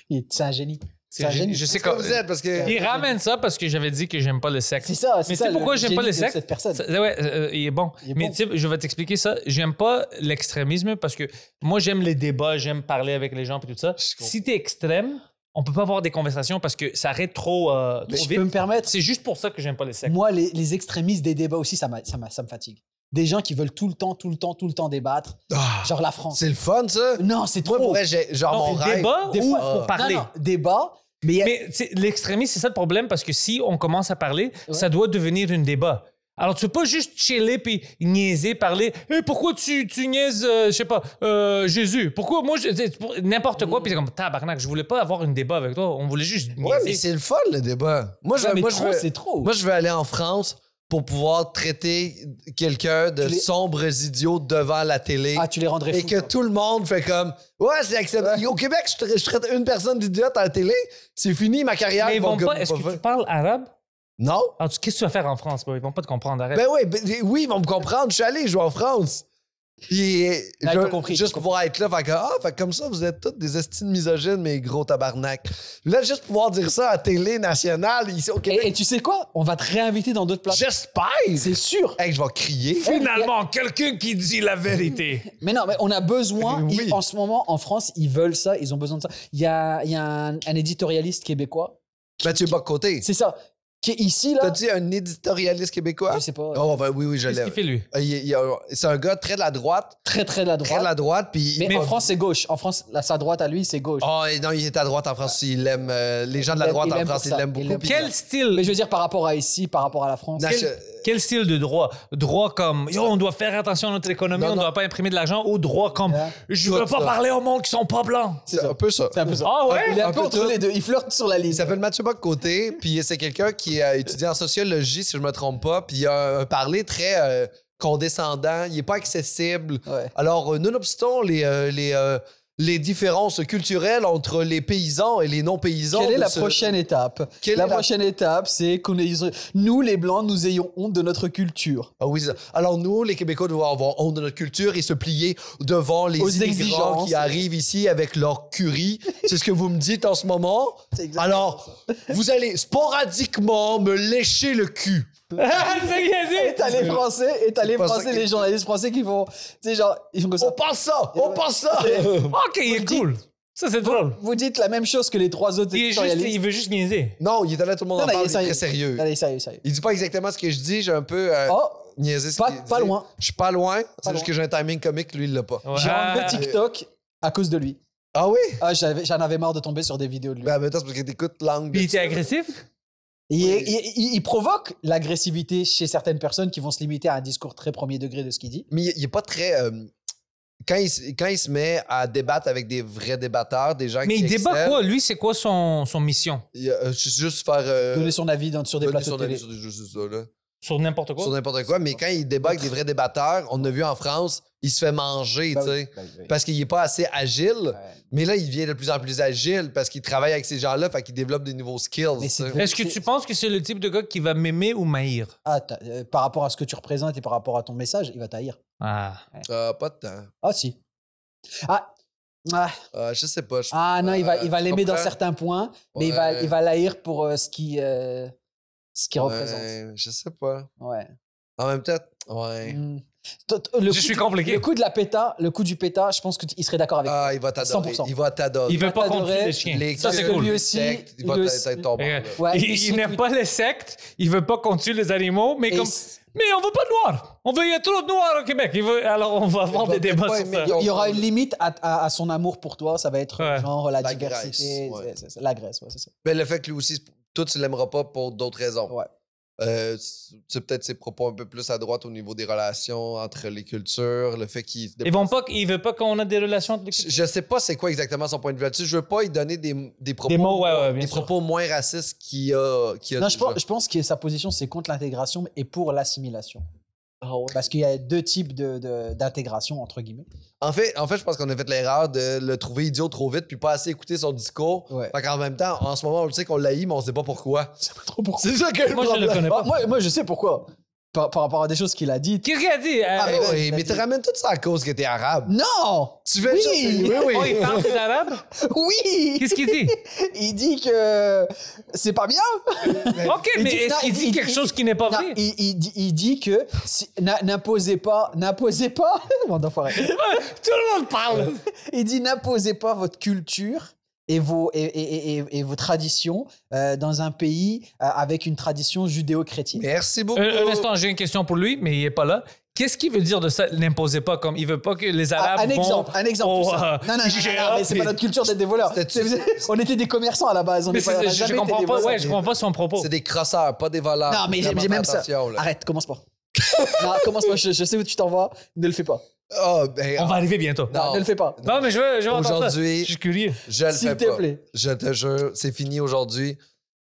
Speaker 2: Il est- C'est un génie. C'est un
Speaker 3: C'est-
Speaker 2: génie.
Speaker 3: Je sais
Speaker 1: C'est ce que
Speaker 3: quoi.
Speaker 1: vous êtes, parce que...
Speaker 3: Il ramène ça parce que j'avais dit que j'aime pas les sectes.
Speaker 2: C'est ça, c'est
Speaker 3: Mais
Speaker 2: ça.
Speaker 3: tu
Speaker 2: le-
Speaker 3: sais pourquoi
Speaker 2: le
Speaker 3: j'aime pas
Speaker 2: génie
Speaker 3: les
Speaker 2: de
Speaker 3: sectes?
Speaker 2: Cette personne.
Speaker 3: Ça- ouais, euh, il est bon.
Speaker 2: Il est
Speaker 3: mais
Speaker 2: bon.
Speaker 3: tu sais, je vais t'expliquer ça. J'aime pas l'extrémisme parce que moi, j'aime les débats, j'aime parler avec les gens et tout ça.
Speaker 1: Je comprends.
Speaker 3: Si t'es extrême, on peut pas avoir des conversations parce que ça arrête trop, euh,
Speaker 2: Mais
Speaker 3: trop
Speaker 2: je
Speaker 3: vite.
Speaker 2: peux me permettre.
Speaker 3: C'est juste pour ça que j'aime pas les sectes.
Speaker 2: Moi, les, les extrémistes des débats aussi, ça, m'a- ça, m'a- ça me fatigue. Des gens qui veulent tout le temps, tout le temps, tout le temps débattre.
Speaker 1: Ah,
Speaker 2: Genre la France.
Speaker 1: c'est le fun, ça?
Speaker 2: Non, c'est
Speaker 1: Moi,
Speaker 2: trop.
Speaker 1: pour vrai, j'ai- genre,
Speaker 3: Non,
Speaker 1: mon
Speaker 3: c'est
Speaker 1: rêve...
Speaker 3: débat
Speaker 2: des
Speaker 3: ou
Speaker 2: fois-
Speaker 3: pour
Speaker 1: Ah.
Speaker 3: parler.
Speaker 2: Non, non, débat, mais il y a-
Speaker 3: Mais tu sais, l'extrémisme, c'est ça le problème parce que si on commence à parler,
Speaker 2: Ouais.
Speaker 3: ça doit devenir un débat. Alors, tu peux pas juste chiller puis niaiser, parler. Hey, pourquoi tu, tu niaises, euh, je sais pas, euh, Jésus? Pourquoi moi, je- c'est pour- n'importe quoi? Puis c'est comme, tabarnak, je voulais pas avoir un débat avec toi. On voulait juste niaiser.
Speaker 1: Ouais, mais c'est le fun, le débat. Moi, je,
Speaker 2: Ouais, mais
Speaker 1: moi, je
Speaker 2: trop,
Speaker 1: veux-
Speaker 2: c'est trop.
Speaker 1: Moi, je vais aller en France pour pouvoir traiter quelqu'un de
Speaker 2: Tu les-
Speaker 1: sombres idiots devant la télé.
Speaker 2: ah, tu les rendrais
Speaker 1: et
Speaker 2: fous,
Speaker 1: que
Speaker 2: toi.
Speaker 1: tout le monde fait comme Ouais, c'est acceptable. Au Québec, je, tra- je traite une personne d'idiote à la télé, c'est fini ma carrière.
Speaker 3: Mais ils vont
Speaker 1: Bon,
Speaker 3: pas.
Speaker 1: comme-
Speaker 3: Est-ce que
Speaker 1: pas-
Speaker 3: tu parles arabe?
Speaker 1: Non?
Speaker 3: Alors, tu- qu'est-ce que tu vas faire en France? bro? Ils vont pas te comprendre. Arrête.
Speaker 1: Ben oui, ben- oui, ils vont me comprendre. Je suis allé jouer en France. Puis, euh,
Speaker 2: Ah,
Speaker 1: je-
Speaker 2: ils t'ont compris,
Speaker 1: juste
Speaker 2: ils
Speaker 1: pour
Speaker 2: t'ont
Speaker 1: pouvoir être là, fait que, ah, fait que comme ça, vous êtes tous des estimes misogynes, mais gros tabarnak. Là, juste pouvoir dire ça à la télé nationale, ici au Québec,
Speaker 2: Et, et tu sais quoi On va te réinviter dans d'autres places.
Speaker 1: j'espère!
Speaker 2: C'est sûr.
Speaker 1: Hey, je vais crier.
Speaker 3: Finalement, quelqu'un qui dit la vérité.
Speaker 2: Eh, Mais non, mais on a besoin.
Speaker 1: Oui.
Speaker 2: ils- en ce moment, en France, ils veulent ça. Ils ont besoin de ça. Il y a, il y a un, un éditorialiste québécois.
Speaker 1: Mathieu Bocoté.
Speaker 2: C'est ça. Qui est ici, là.
Speaker 1: T'as dit un éditorialiste québécois?
Speaker 2: Je sais pas.
Speaker 1: Oh, ben oui, oui, je
Speaker 3: Qu'est-ce
Speaker 1: l'ai.
Speaker 3: qu'il fait, lui?
Speaker 1: Il- il- il- C'est un gars très de la droite,
Speaker 2: Très, très de la
Speaker 1: très
Speaker 2: droite.
Speaker 1: de la droite, puis...
Speaker 2: Mais,
Speaker 1: Ah,
Speaker 2: en France, c'est gauche. En France, la, sa droite à lui, c'est gauche.
Speaker 1: Ah, et non, il est à droite en France. Il aime euh, les gens de la
Speaker 2: Ah. Il-
Speaker 1: droite
Speaker 2: il
Speaker 1: en
Speaker 2: aime
Speaker 1: France.
Speaker 2: pour
Speaker 1: Il
Speaker 2: ça.
Speaker 1: l'aime
Speaker 2: Il
Speaker 1: beaucoup.
Speaker 2: l'aime
Speaker 1: puis-
Speaker 3: Quel style?
Speaker 2: Mais je veux dire, par rapport à ici, par rapport à la France.
Speaker 1: Non,
Speaker 3: Quel-
Speaker 1: je-
Speaker 3: Quel style de droit? Droit comme Yo, on doit faire attention à notre économie,
Speaker 1: Non,
Speaker 3: on
Speaker 1: non.
Speaker 3: ne doit pas imprimer de l'argent, ou droit comme
Speaker 2: Ouais.
Speaker 3: je
Speaker 1: Tout
Speaker 3: veux pas
Speaker 1: ça.
Speaker 3: parler au monde qui sont pas blancs.
Speaker 1: C'est un peu ça.
Speaker 2: C'est un peu ça.
Speaker 3: Ah ouais?
Speaker 2: Il est
Speaker 1: Un
Speaker 2: un peu
Speaker 1: peu
Speaker 2: entre
Speaker 1: tout.
Speaker 2: les deux. Il flirte sur la ligne.
Speaker 1: Il s'appelle Mathieu Bocoté, puis c'est quelqu'un qui a étudié en sociologie, si je me trompe pas, puis il a un parler très euh, condescendant, il est pas accessible.
Speaker 2: Ouais.
Speaker 1: Alors, euh, nonobstant les, euh, les, euh, les différences culturelles entre les paysans et les non-paysans...
Speaker 2: Quelle est
Speaker 1: de
Speaker 2: la
Speaker 1: ce-
Speaker 2: prochaine étape
Speaker 1: Quelle
Speaker 2: La
Speaker 1: est la-
Speaker 2: prochaine étape, c'est qu'on ait... nous, les blancs, nous ayons honte de notre culture.
Speaker 1: Ah oui, c'est ça. Alors nous, les Québécois, devons avoir honte de notre culture et se plier devant les
Speaker 2: Aux
Speaker 1: immigrants
Speaker 2: exigences.
Speaker 1: qui arrivent ici avec leur curie. C'est ce que vous me dites en ce moment.
Speaker 2: C'est exactement
Speaker 1: Alors, vous allez sporadiquement me lécher le cul.
Speaker 2: Et t'as les Français, et t'as
Speaker 1: C'est
Speaker 2: les
Speaker 1: pas ça
Speaker 2: Français,
Speaker 1: qui- Oh.
Speaker 2: les journalistes français qui vont, tu sais, genre, ils font comme
Speaker 1: On
Speaker 2: ça.
Speaker 1: pense ça, on pense ça.
Speaker 3: Ok, il est cool. Ça, c'est drôle.
Speaker 2: Vous dites la même chose que les trois autres
Speaker 3: Il, est juste-
Speaker 2: éditorialistes.
Speaker 3: il veut juste niaiser.
Speaker 1: Non, il est allé tout le monde
Speaker 2: Non,
Speaker 1: en
Speaker 2: non,
Speaker 1: parle,
Speaker 2: il
Speaker 1: il
Speaker 2: est
Speaker 1: est très sérieux.
Speaker 2: Allez, sérieux, sérieux.
Speaker 1: Il dit pas exactement ce que je dis, j'ai un peu euh,
Speaker 2: Oh,
Speaker 1: niaisé ce
Speaker 2: pas-
Speaker 1: qu'il
Speaker 2: pas
Speaker 1: dit.
Speaker 2: loin.
Speaker 1: Je suis pas loin, c'est
Speaker 2: Pas
Speaker 1: juste
Speaker 2: loin.
Speaker 1: que j'ai un timing comique, lui il l'a pas.
Speaker 2: j'ai enlevé
Speaker 3: Ouais.
Speaker 2: TikTok à cause de lui.
Speaker 1: Ah oui?
Speaker 2: Ah, j'avais- j'en avais marre de tomber sur des vidéos de lui.
Speaker 1: Ben, en même temps, c'est parce que t'écoutes langue. de-
Speaker 3: Puis il était agressif?
Speaker 2: Il,
Speaker 1: oui.
Speaker 2: il- il- il provoque l'agressivité chez certaines personnes qui vont se limiter à un discours très premier degré de ce qu'il dit.
Speaker 1: Mais il- il est pas très. euh, quand, il, s- quand il se met à débattre avec des vrais débatteurs, des gens
Speaker 3: Mais
Speaker 1: qui.
Speaker 3: il débat
Speaker 1: excellent,
Speaker 3: quoi? Lui, c'est quoi son, son mission?
Speaker 1: il, euh, je suis juste faire. euh,
Speaker 2: Donner son avis dans- sur des
Speaker 1: donner
Speaker 2: plateaux
Speaker 1: son
Speaker 2: de télé.
Speaker 1: avis sur des- juste ça, là.
Speaker 3: Sur n'importe quoi?
Speaker 1: Sur n'importe quoi. Mais quand il débat avec des vrais débatteurs, on a vu en France, il se fait manger,
Speaker 2: Bah
Speaker 1: tu
Speaker 2: oui,
Speaker 1: sais.
Speaker 2: bah oui, oui.
Speaker 1: Parce qu'il est pas assez agile.
Speaker 2: Ouais.
Speaker 1: Mais là, il devient de plus en plus agile parce qu'il travaille avec ces gens-là, fait qu'il développe des nouveaux skills.
Speaker 2: Mais c'est
Speaker 1: tu sais.
Speaker 2: vrai.
Speaker 3: Est-ce que tu penses que c'est le type de gars qui va m'aimer ou m'haïr?
Speaker 2: Ah, t'as- euh, par rapport à ce que tu représentes et par rapport à ton message, il va t'haïr.
Speaker 3: Ah.
Speaker 1: Ah, pas de temps.
Speaker 2: Ah, si. Ah, ah,
Speaker 1: Ah, je sais pas. je-
Speaker 2: Ah non, il va, il va
Speaker 1: tu
Speaker 2: l'aimer dans
Speaker 1: comprends?
Speaker 2: certains points, mais il va,
Speaker 1: Ouais.
Speaker 2: il va l'haïr pour euh, ce qui, euh, ce qui représente.
Speaker 1: Ouais, je sais pas.
Speaker 2: Ouais.
Speaker 1: En même temps, ouais.
Speaker 2: Mm. T- t- Le
Speaker 3: Je
Speaker 2: coup
Speaker 3: suis
Speaker 2: du-
Speaker 3: compliqué.
Speaker 2: Le coup de la péta, le coup du péta, je pense qu'il serait d'accord avec.
Speaker 1: Ah, il va t'adorer.
Speaker 2: 100%.
Speaker 1: Il va t'adorer.
Speaker 3: Il veut pas
Speaker 2: t'adorer.
Speaker 3: contrôler les chiens.
Speaker 1: Les
Speaker 3: ça, c'est
Speaker 1: queues,
Speaker 3: cool.
Speaker 1: les
Speaker 2: Lui aussi,
Speaker 1: sectes, il va
Speaker 2: il
Speaker 1: t'être-
Speaker 2: le-
Speaker 1: être ton
Speaker 3: Euh,
Speaker 1: bord, là.
Speaker 2: Ouais,
Speaker 3: il
Speaker 2: et
Speaker 3: il
Speaker 2: surtout-
Speaker 3: n'aime pas les sectes, il veut pas qu'on tue les animaux, mais
Speaker 2: Et
Speaker 3: comme.
Speaker 2: s-
Speaker 3: Mais on veut pas de noirs! On veut, il y a trop de noirs au Québec! Il veut- alors on va avoir
Speaker 1: va
Speaker 3: des
Speaker 1: peut-être
Speaker 3: débats
Speaker 1: pas
Speaker 3: sur
Speaker 1: aimer
Speaker 3: ça.
Speaker 1: les
Speaker 2: Il y aura une limite à, à- à son amour pour toi, ça va être
Speaker 3: Ouais.
Speaker 2: genre la,
Speaker 1: La
Speaker 2: diversité,
Speaker 1: Grèce, ouais. Ben,
Speaker 2: c'est- c'est- c'est- la Grèce, ouais, c'est ça.
Speaker 1: Mais le fait que lui aussi, toi, tu l'aimeras pas pour d'autres raisons.
Speaker 2: Ouais.
Speaker 1: Euh, tu sais, peut-être ses propos un peu plus à droite au niveau des relations entre les cultures, le fait qu'il. se
Speaker 3: Ils vont pas, ils veulent pas qu'on ait des relations. entre les-
Speaker 1: Je je sais pas c'est quoi exactement son point de vue là-dessus. Je veux pas y donner des, des propos,
Speaker 3: Des mots, ouais, ouais, bien
Speaker 1: des
Speaker 3: sûr.
Speaker 1: propos moins racistes qu'il a, qu'il a
Speaker 2: Non, je
Speaker 1: déjà.
Speaker 2: pense, je pense que sa position, c'est contre l'intégration et pour l'assimilation.
Speaker 1: Ah
Speaker 2: Parce qu'il y a deux types de- de- d'intégration, entre guillemets.
Speaker 1: En fait, en fait, je pense qu'on a fait l'erreur de le trouver idiot trop vite puis pas assez écouter son discours.
Speaker 2: Ouais.
Speaker 1: Fait qu'en même temps, en ce moment, on le sait qu'on l'a mais on sait pas pourquoi.
Speaker 2: Trop pour
Speaker 1: C'est ça que
Speaker 3: Moi, je le connais
Speaker 2: Ah,
Speaker 3: pas.
Speaker 2: moi, moi, je sais pourquoi. Par, par rapport à des choses qu'il a dites.
Speaker 3: Qu'est-ce qu'il a dit?
Speaker 1: Ah, mais,
Speaker 3: Euh,
Speaker 1: là, mais tu ramènes tout ça à cause que t'es arabe.
Speaker 2: Non
Speaker 1: Tu fais
Speaker 2: Oui!
Speaker 1: juste. Oui,
Speaker 3: oh,
Speaker 1: oui.
Speaker 3: il parle des Arabes?
Speaker 2: Oui
Speaker 3: Qu'est-ce qu'il dit?
Speaker 2: Il dit que c'est pas bien.
Speaker 3: OK,
Speaker 2: Il
Speaker 3: mais
Speaker 2: dit- non,
Speaker 3: est-ce qu'il
Speaker 2: il
Speaker 3: dit
Speaker 2: dit-
Speaker 3: quelque
Speaker 2: il-
Speaker 3: chose qui n'est pas
Speaker 2: Non,
Speaker 3: vrai?
Speaker 2: il, il dit- il dit que si- n'a- n'imposez pas, n'imposez pas, Bande d'enfoirés.
Speaker 3: Tout le monde parle!
Speaker 2: il dit n'imposez pas votre culture et vos, et, et- et- et- et vos traditions euh, dans un pays euh, avec une tradition judéo-chrétienne.
Speaker 1: Merci beaucoup.
Speaker 3: Un, un instant, j'ai une question pour lui, mais il n'est pas là. Qu'est-ce qu'il veut dire de ça? N'imposez pas comme il veut pas que les
Speaker 2: Ah,
Speaker 3: Arabes
Speaker 2: un
Speaker 3: vont-
Speaker 2: exemple, un exemple.
Speaker 3: au,
Speaker 2: tout ça.
Speaker 3: euh,
Speaker 2: non, non, non, non, non,
Speaker 3: IGA,
Speaker 2: mais c'est
Speaker 3: puis-
Speaker 2: pas notre culture d'être des voleurs.
Speaker 1: C'était-
Speaker 2: C'est- On était des commerçants à la base. On
Speaker 3: Mais
Speaker 2: n'est pas- on
Speaker 3: c'est-
Speaker 2: n'a
Speaker 3: je, je
Speaker 2: jamais été
Speaker 3: comprends
Speaker 2: des
Speaker 3: pas.
Speaker 2: voleurs.
Speaker 3: Ouais, je comprends pas son propos.
Speaker 1: C'est des crosseurs, pas des voleurs.
Speaker 2: Non, mais j'ai-
Speaker 1: Vraiment,
Speaker 2: j'ai même
Speaker 1: fais
Speaker 2: ça.
Speaker 1: attention, là.
Speaker 2: Arrête, commence pas. non, commence pas. Je, je sais où tu t'en vas. Ne le fais pas.
Speaker 1: Ah, ben,
Speaker 3: On va arriver bientôt.
Speaker 1: Non.
Speaker 2: Ne le fais pas.
Speaker 3: Non, mais je veux, je veux entendre ça.
Speaker 1: Aujourd'hui-
Speaker 3: Je suis curieux.
Speaker 1: Je le fais
Speaker 2: S'il
Speaker 1: pas.
Speaker 2: te plaît.
Speaker 1: Je te jure, c'est fini aujourd'hui.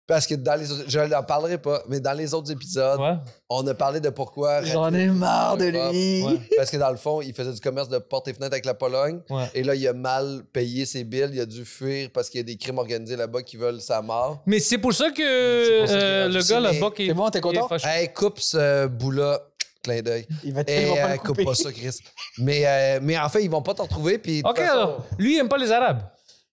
Speaker 1: Parce que dans les autres- je n'en parlerai pas, mais dans les autres épisodes,
Speaker 3: Ouais.
Speaker 1: on a parlé de pourquoi.
Speaker 2: J'en ai marre de lui.
Speaker 3: Ouais.
Speaker 1: Parce que dans le fond, il faisait du commerce de portes et fenêtres avec la Pologne.
Speaker 3: Ouais.
Speaker 1: Et là, il a mal payé ses billes. Il a dû fuir parce qu'il y a des crimes organisés là-bas qui veulent sa mort.
Speaker 3: Mais c'est pour ça que euh,
Speaker 1: qu'il a
Speaker 3: le
Speaker 1: dit,
Speaker 3: gars
Speaker 1: mais-
Speaker 3: là-bas qui
Speaker 2: C'est bon, t'es
Speaker 3: qui est
Speaker 2: content
Speaker 3: fâché.
Speaker 1: Hey, coupe ce bout-là. Clin d'œil.
Speaker 2: Il va
Speaker 1: Et
Speaker 2: tellement pas
Speaker 1: euh,
Speaker 2: le
Speaker 1: coupe
Speaker 2: couper.
Speaker 1: pas ça, Chris. Mais, euh, mais en fait, ils vont pas t'en retrouver. Puis, de
Speaker 3: OK,
Speaker 1: toute façon,
Speaker 3: alors, lui, il n'aime pas les Arabes.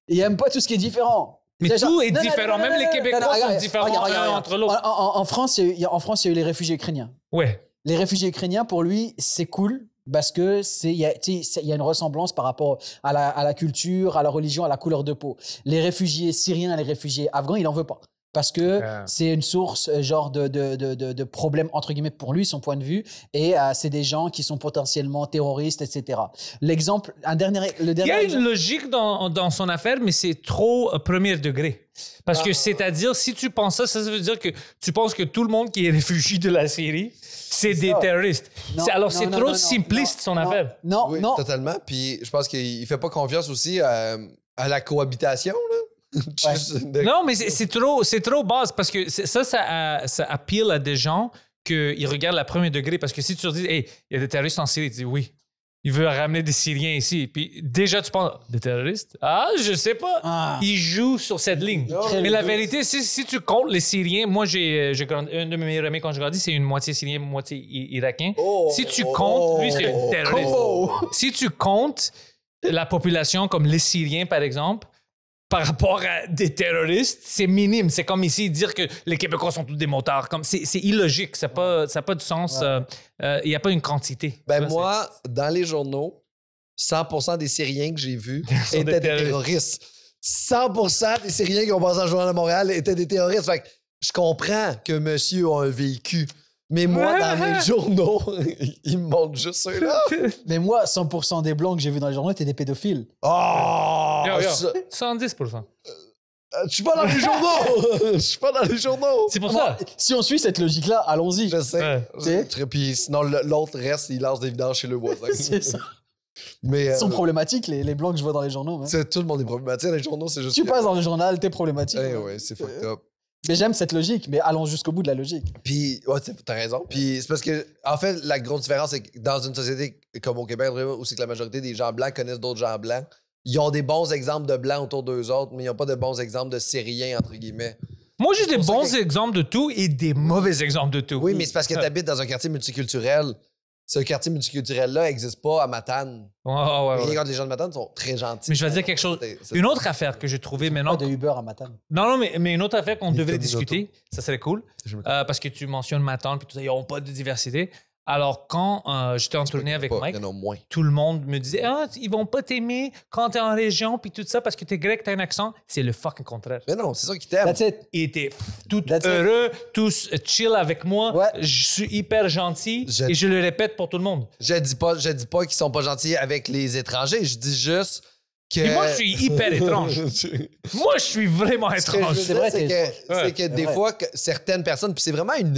Speaker 2: Il aime pas tout ce qui est différent.
Speaker 3: Mais
Speaker 2: Déjà,
Speaker 3: tout est
Speaker 2: non, non,
Speaker 3: différent.
Speaker 2: non, non,
Speaker 3: Même
Speaker 2: non,
Speaker 3: les
Speaker 2: non,
Speaker 3: Québécois
Speaker 2: non, non,
Speaker 3: sont
Speaker 2: regarde,
Speaker 3: différents
Speaker 2: regarde,
Speaker 3: un
Speaker 2: regarde.
Speaker 3: entre l'autre.
Speaker 2: En, en- en France, il y a eu- il y a- en France, il y a eu les réfugiés ukrainiens.
Speaker 3: Ouais.
Speaker 2: Les réfugiés ukrainiens, pour lui, c'est cool parce que c'est il y, a- tu sais, c'est- il y a une ressemblance par rapport à la, à la culture, à la religion, à la couleur de peau. Les réfugiés syriens, les réfugiés afghans, il en veut pas parce que
Speaker 3: Ah.
Speaker 2: c'est une source euh, genre de, de, de, de, de problème entre guillemets pour lui, son point de vue, et euh, c'est des gens qui sont potentiellement terroristes, etc. L'exemple, un dernier, le
Speaker 3: Il
Speaker 2: dernier.
Speaker 3: y a
Speaker 2: exemple-
Speaker 3: une logique dans, dans son affaire, mais c'est trop euh, premier degré. Parce
Speaker 2: Ah.
Speaker 3: que c'est-à-dire, si tu penses ça, ça veut dire que tu penses que tout le monde qui est réfugié de la Syrie, c'est des
Speaker 2: ça.
Speaker 3: terroristes.
Speaker 2: Non,
Speaker 3: C'est- alors,
Speaker 2: non,
Speaker 3: c'est
Speaker 2: non,
Speaker 3: trop
Speaker 2: non, non,
Speaker 3: simpliste,
Speaker 2: non,
Speaker 3: son
Speaker 2: non,
Speaker 3: affaire.
Speaker 2: Non,
Speaker 1: Oui,
Speaker 2: non,
Speaker 1: totalement. Puis je pense qu'il il fait pas confiance aussi euh, à la cohabitation. Là. Juste de-
Speaker 3: Non, mais c'est c'est trop, c'est trop basse parce que c'est- ça, ça, euh, ça appelle à des gens qu'ils regardent la premier degré. Parce que si tu leur dis, hey, il y a des terroristes en Syrie, tu dis oui. Il veut ramener des Syriens ici. Puis déjà, tu penses, des terroristes? Ah, je sais pas.
Speaker 2: Ah.
Speaker 3: Il joue sur cette ligne.
Speaker 1: Non,
Speaker 3: Mais la
Speaker 1: oui.
Speaker 3: vérité, si, si tu comptes les Syriens, moi, j'ai, euh, j'ai grandi- un de mes meilleurs amis quand j'ai grandi, c'est une moitié Syrien, moitié i- Irakien.
Speaker 1: Oh,
Speaker 3: Si tu comptes, lui, c'est
Speaker 1: oh,
Speaker 3: un terroriste.
Speaker 1: oh.
Speaker 3: Si tu comptes la population comme les Syriens, par exemple, par rapport à des terroristes, c'est minime. C'est comme ici dire que les Québécois sont tous des motards. Comme c'est, c'est illogique. Ça n'a pas, ça a pas de sens.
Speaker 2: Ouais.
Speaker 3: euh, euh, Il n'y a pas une quantité. Tu
Speaker 1: Ben
Speaker 3: vois,
Speaker 1: moi, dans les journaux, 100% des Syriens que j'ai vus
Speaker 3: Sont
Speaker 1: étaient
Speaker 3: des
Speaker 1: des
Speaker 3: terroristes.
Speaker 1: terroristes. 100% des Syriens qui ont passé en journal à Montréal étaient des terroristes. Fait que je comprends que monsieur a un vécu. Mais moi, dans mes journaux, ils me montrent juste ceux-là.
Speaker 2: Mais moi, 100% des blancs que j'ai vus dans les journaux étaient des pédophiles.
Speaker 1: Oh!
Speaker 3: Yo, yo.
Speaker 1: Je, euh,
Speaker 3: c'est 110
Speaker 1: je suis pas dans les journaux! Je suis pas dans les journaux!
Speaker 3: C'est pour
Speaker 2: Moi,
Speaker 3: ça.
Speaker 2: si on suit cette logique-là, allons-y.
Speaker 1: Je sais.
Speaker 3: Ouais.
Speaker 1: Je- je- Puis sinon, le- l'autre reste, il lance des vidanges chez le voisin.
Speaker 2: C'est ça.
Speaker 1: Mais
Speaker 2: Ils sont
Speaker 1: euh,
Speaker 2: problématiques, les, les blancs que je vois dans les journaux. hein.
Speaker 1: c'est- tout le monde est problématique. Les journaux, c'est juste.
Speaker 2: Tu
Speaker 1: que-
Speaker 2: passes dans le journal, t'es problématique.
Speaker 1: Eh
Speaker 2: hein.
Speaker 1: ouais, c'est fucked up.
Speaker 2: Mais j'aime cette logique, mais allons jusqu'au bout de la logique.
Speaker 1: Puis, ouais, t'as- t'as raison. Puis, c'est parce que, en fait, la grosse différence, c'est que dans une société comme au Québec, vraiment, où c'est que la majorité des gens blancs connaissent d'autres gens blancs, ils ont des bons exemples de blancs autour d'eux autres, mais ils n'ont pas de bons exemples de Syriens, entre guillemets.
Speaker 3: Moi, j'ai des
Speaker 1: pour ça
Speaker 3: bons
Speaker 1: que-
Speaker 3: exemples de tout et des mauvais exemples de tout.
Speaker 1: Oui, mais c'est parce que
Speaker 3: Ah.
Speaker 1: tu habites dans un quartier multiculturel. Ce quartier multiculturel-là n'existe pas à Matane.
Speaker 3: Ouais, ouais, ouais,
Speaker 1: Rien
Speaker 3: ouais.
Speaker 1: contre les gens de Matane sont très gentils.
Speaker 3: Mais je vais dire quelque chose.
Speaker 1: C'est- c'est-
Speaker 3: Une autre affaire que j'ai trouvée
Speaker 2: Pas
Speaker 3: maintenant.
Speaker 2: de Uber à Matane.
Speaker 3: Non, non, mais, mais une autre affaire qu'on
Speaker 1: Les
Speaker 3: devrait
Speaker 1: communautés.
Speaker 3: discuter, ça serait cool.
Speaker 1: je me-
Speaker 3: Euh, parce que tu mentionnes ma tante, puis tout ça, ils n'ont pas de diversité. Alors, quand euh, j'étais en tournée avec
Speaker 1: pas,
Speaker 3: Mike,
Speaker 1: Il y en a moins.
Speaker 3: tout le monde me disait Ah, tu- ils vont pas t'aimer quand t'es en région, puis tout ça, parce que t'es grec, t'as un accent. C'est le fucking contraire.
Speaker 1: Mais non, c'est ça qui t'aiment.
Speaker 2: That's it.
Speaker 3: Ils étaient tous
Speaker 2: That's it.
Speaker 3: heureux, tous euh, chill avec moi.
Speaker 2: Ouais.
Speaker 3: Je suis hyper gentil
Speaker 1: Je-
Speaker 3: et je le répète pour tout le monde.
Speaker 1: Je dis pas, je dis pas qu'ils sont pas gentils avec les étrangers. Je dis juste que-
Speaker 3: Et moi, je suis hyper étrange. Moi, je suis vraiment
Speaker 1: Ce que je veux
Speaker 3: étrange.
Speaker 2: C'est
Speaker 1: dire,
Speaker 2: vrai,
Speaker 1: c'est
Speaker 2: t'es
Speaker 1: que,
Speaker 3: Ouais.
Speaker 1: c'est que des
Speaker 2: vrai.
Speaker 1: fois, que certaines personnes, puis c'est vraiment une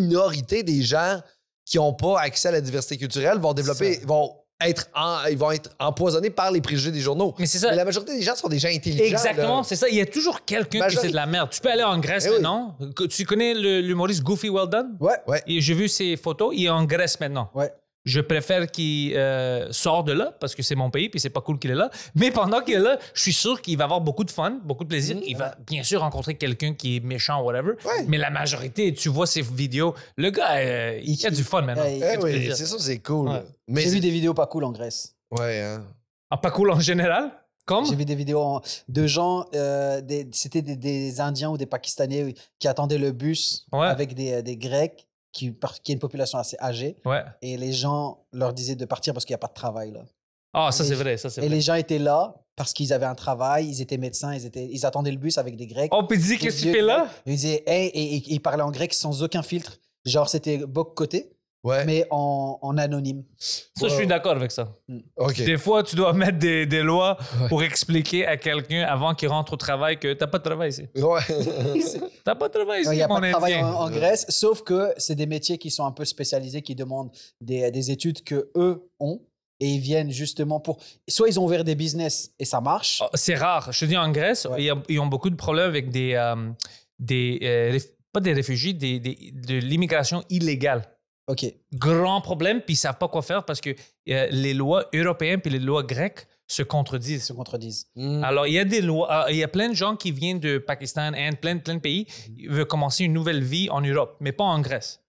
Speaker 1: minorité des gens qui n'ont pas accès à la diversité culturelle, vont développer, vont être, en- ils vont être empoisonnés par les préjugés des journaux.
Speaker 3: Mais c'est ça.
Speaker 1: Mais la majorité des gens sont des gens intelligents.
Speaker 3: Exactement,
Speaker 1: là.
Speaker 3: c'est ça. Il y a toujours quelqu'un qui
Speaker 1: Majorité-
Speaker 3: c'est de la merde. Tu peux aller en Grèce
Speaker 1: Eh oui.
Speaker 3: maintenant. Que- Tu connais le- l'humoriste Goofy Weldon?
Speaker 2: Ouais.
Speaker 1: Ouais.
Speaker 3: Et J'ai vu ses photos. Il est en Grèce maintenant.
Speaker 2: Ouais.
Speaker 3: Je préfère qu'il euh, sorte de là parce que c'est mon pays puis c'est pas cool qu'il est là. Mais pendant qu'il est là, je suis sûr qu'il va avoir beaucoup de fun, beaucoup de plaisir.
Speaker 1: Mhm.
Speaker 2: Mm-hmm.
Speaker 3: Il va bien sûr rencontrer quelqu'un qui est méchant whatever.
Speaker 1: Ouais.
Speaker 3: Mais la majorité, tu vois ses vidéos, le gars, euh, il a du fun maintenant.
Speaker 2: Ouais, il-
Speaker 1: Eh
Speaker 3: Qu'est-ce que je veux
Speaker 1: oui,
Speaker 3: dire?
Speaker 1: c'est ça, c'est cool.
Speaker 3: Ouais.
Speaker 1: Mais
Speaker 2: J'ai vu des vidéos pas cool en Grèce.
Speaker 1: Ouais, hein.
Speaker 3: Ah, pas cool en général? Comme?
Speaker 2: J'ai vu des vidéos en- de gens, euh, des- c'était des, des Indiens ou des Pakistanais oui, qui attendaient le bus
Speaker 3: Ouais.
Speaker 2: avec des, euh, des Grecs, qui, par- qui est une population assez âgée,
Speaker 3: Ouais.
Speaker 2: et les gens leur disaient de partir parce qu'il n'y a pas de travail là.
Speaker 3: Ah, ça
Speaker 2: Et-
Speaker 3: c'est vrai, ça c'est
Speaker 2: Et
Speaker 3: vrai.
Speaker 2: les gens étaient là parce qu'ils avaient un travail, ils étaient médecins, ils, étaient, ils attendaient le bus avec des Grecs.
Speaker 3: On peut dire,
Speaker 2: Des
Speaker 3: Oh, qu'est-ce que
Speaker 2: vieux
Speaker 3: tu fais là?
Speaker 2: Grecs. Ils disaient, hey, et, et- et ils parlaient en grec sans aucun filtre. Genre, c'était boc côté,
Speaker 1: Ouais.
Speaker 2: mais en, en anonyme.
Speaker 3: Ça, je suis d'accord avec ça.
Speaker 1: OK.
Speaker 3: Des fois, tu dois mettre des, des lois
Speaker 1: Ouais.
Speaker 3: pour expliquer à quelqu'un avant qu'il rentre au travail que t'as pas de travail ici.
Speaker 1: Ouais.
Speaker 3: T'as pas de travail ici,
Speaker 2: Il n'y a
Speaker 3: mon
Speaker 2: pas de travail en,
Speaker 3: Indien.
Speaker 2: en Grèce, sauf que c'est des métiers qui sont un peu spécialisés, qui demandent des, des études que eux ont. Et ils viennent justement pour. Soit ils ont ouvert des business et ça marche.
Speaker 3: Oh, C'est rare. Je te dis, en Grèce,
Speaker 2: Ouais.
Speaker 3: ils, ont, ils ont beaucoup de problèmes avec des. euh, des euh, réf- pas des réfugiés, des, des- de l'immigration illégale.
Speaker 2: Ok.
Speaker 3: Grand problème, puis ils savent pas quoi faire parce que euh, les lois européennes puis les lois grecques se
Speaker 2: Ils
Speaker 3: contredisent.
Speaker 2: se contredisent.
Speaker 1: Mm.
Speaker 3: Alors, il y a des lois, euh, il y a plein de gens qui viennent de Pakistan, Inde, plein, plein de pays,
Speaker 2: Mhm.
Speaker 3: ils veulent commencer une nouvelle vie en Europe, mais pas en Grèce.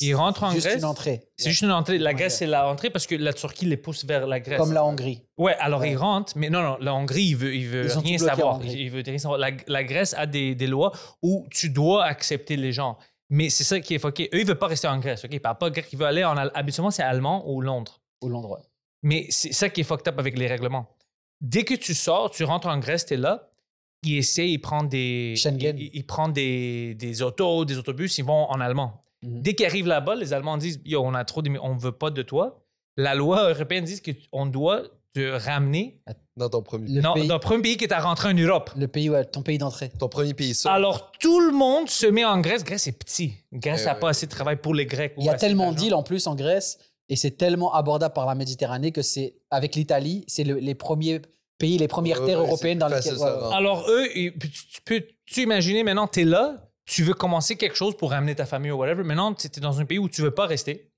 Speaker 3: Ils rentrent en
Speaker 2: juste
Speaker 3: Grèce.
Speaker 2: une entrée.
Speaker 3: C'est juste une entrée. La
Speaker 2: Ouais.
Speaker 3: Grèce, c'est la entrée parce que la Turquie les pousse vers la Grèce.
Speaker 2: Comme la Hongrie.
Speaker 3: Ouais, alors
Speaker 2: Ouais.
Speaker 3: ils rentrent, mais non, non, la Hongrie, il veut, il veut
Speaker 2: Ils ont
Speaker 3: rien
Speaker 2: tout bloqué en
Speaker 3: savoir.
Speaker 2: Hongrie.
Speaker 3: Il veut rien savoir. La, la Grèce a des, des lois où tu dois accepter les gens. Mais c'est ça qui est foqué. Eux, ils ne veulent pas rester en Grèce. ok Ils ne parlent pas grec. Ils veulent aller en. Al- Habituellement, c'est allemand ou Londres.
Speaker 2: Ou l'endroit.
Speaker 3: Mais c'est ça qui est fucked up avec les règlements. Dès que tu sors, tu rentres en Grèce, tu es là, ils essaient, ils prennent des.
Speaker 2: Schengen.
Speaker 3: Ils, ils prennent des, des autos, des autobus, ils vont en allemand.
Speaker 2: Mhm.
Speaker 3: Dès qu'ils arrivent là-bas, les Allemands disent Yo, on a trop de. On veut pas de toi. La loi européenne dit qu'on doit te ramener
Speaker 1: Dans ton premier,
Speaker 2: Le,
Speaker 3: dans,
Speaker 2: pays,
Speaker 3: dans le premier pays qui est à rentrer en Europe.
Speaker 2: le pays, ouais, ton pays d'entrée.
Speaker 1: ton premier pays sûr.
Speaker 3: Alors, tout le monde se met en Grèce. Grèce est petit. Grèce
Speaker 1: Eh
Speaker 3: n'a
Speaker 1: ouais.
Speaker 3: pas assez de travail pour les Grecs.
Speaker 2: Il y
Speaker 3: ou
Speaker 2: a
Speaker 3: assez
Speaker 2: tellement
Speaker 3: d'argent.
Speaker 2: d'îles en plus en Grèce et c'est tellement abordable par la Méditerranée que c'est avec l'Italie, c'est le- les premiers pays, les premières
Speaker 1: Ouais,
Speaker 2: terres
Speaker 1: ouais, c'est
Speaker 2: européennes dans
Speaker 1: plus
Speaker 2: lesquelles.
Speaker 1: facile, ça,
Speaker 2: ouais,
Speaker 1: non.
Speaker 2: ouais.
Speaker 3: Alors, eux, ils- puis tu tu peux tu imaginer maintenant, tu es là, tu veux commencer quelque chose pour ramener ta famille ou whatever. Maintenant, tu es dans un pays où tu veux pas rester.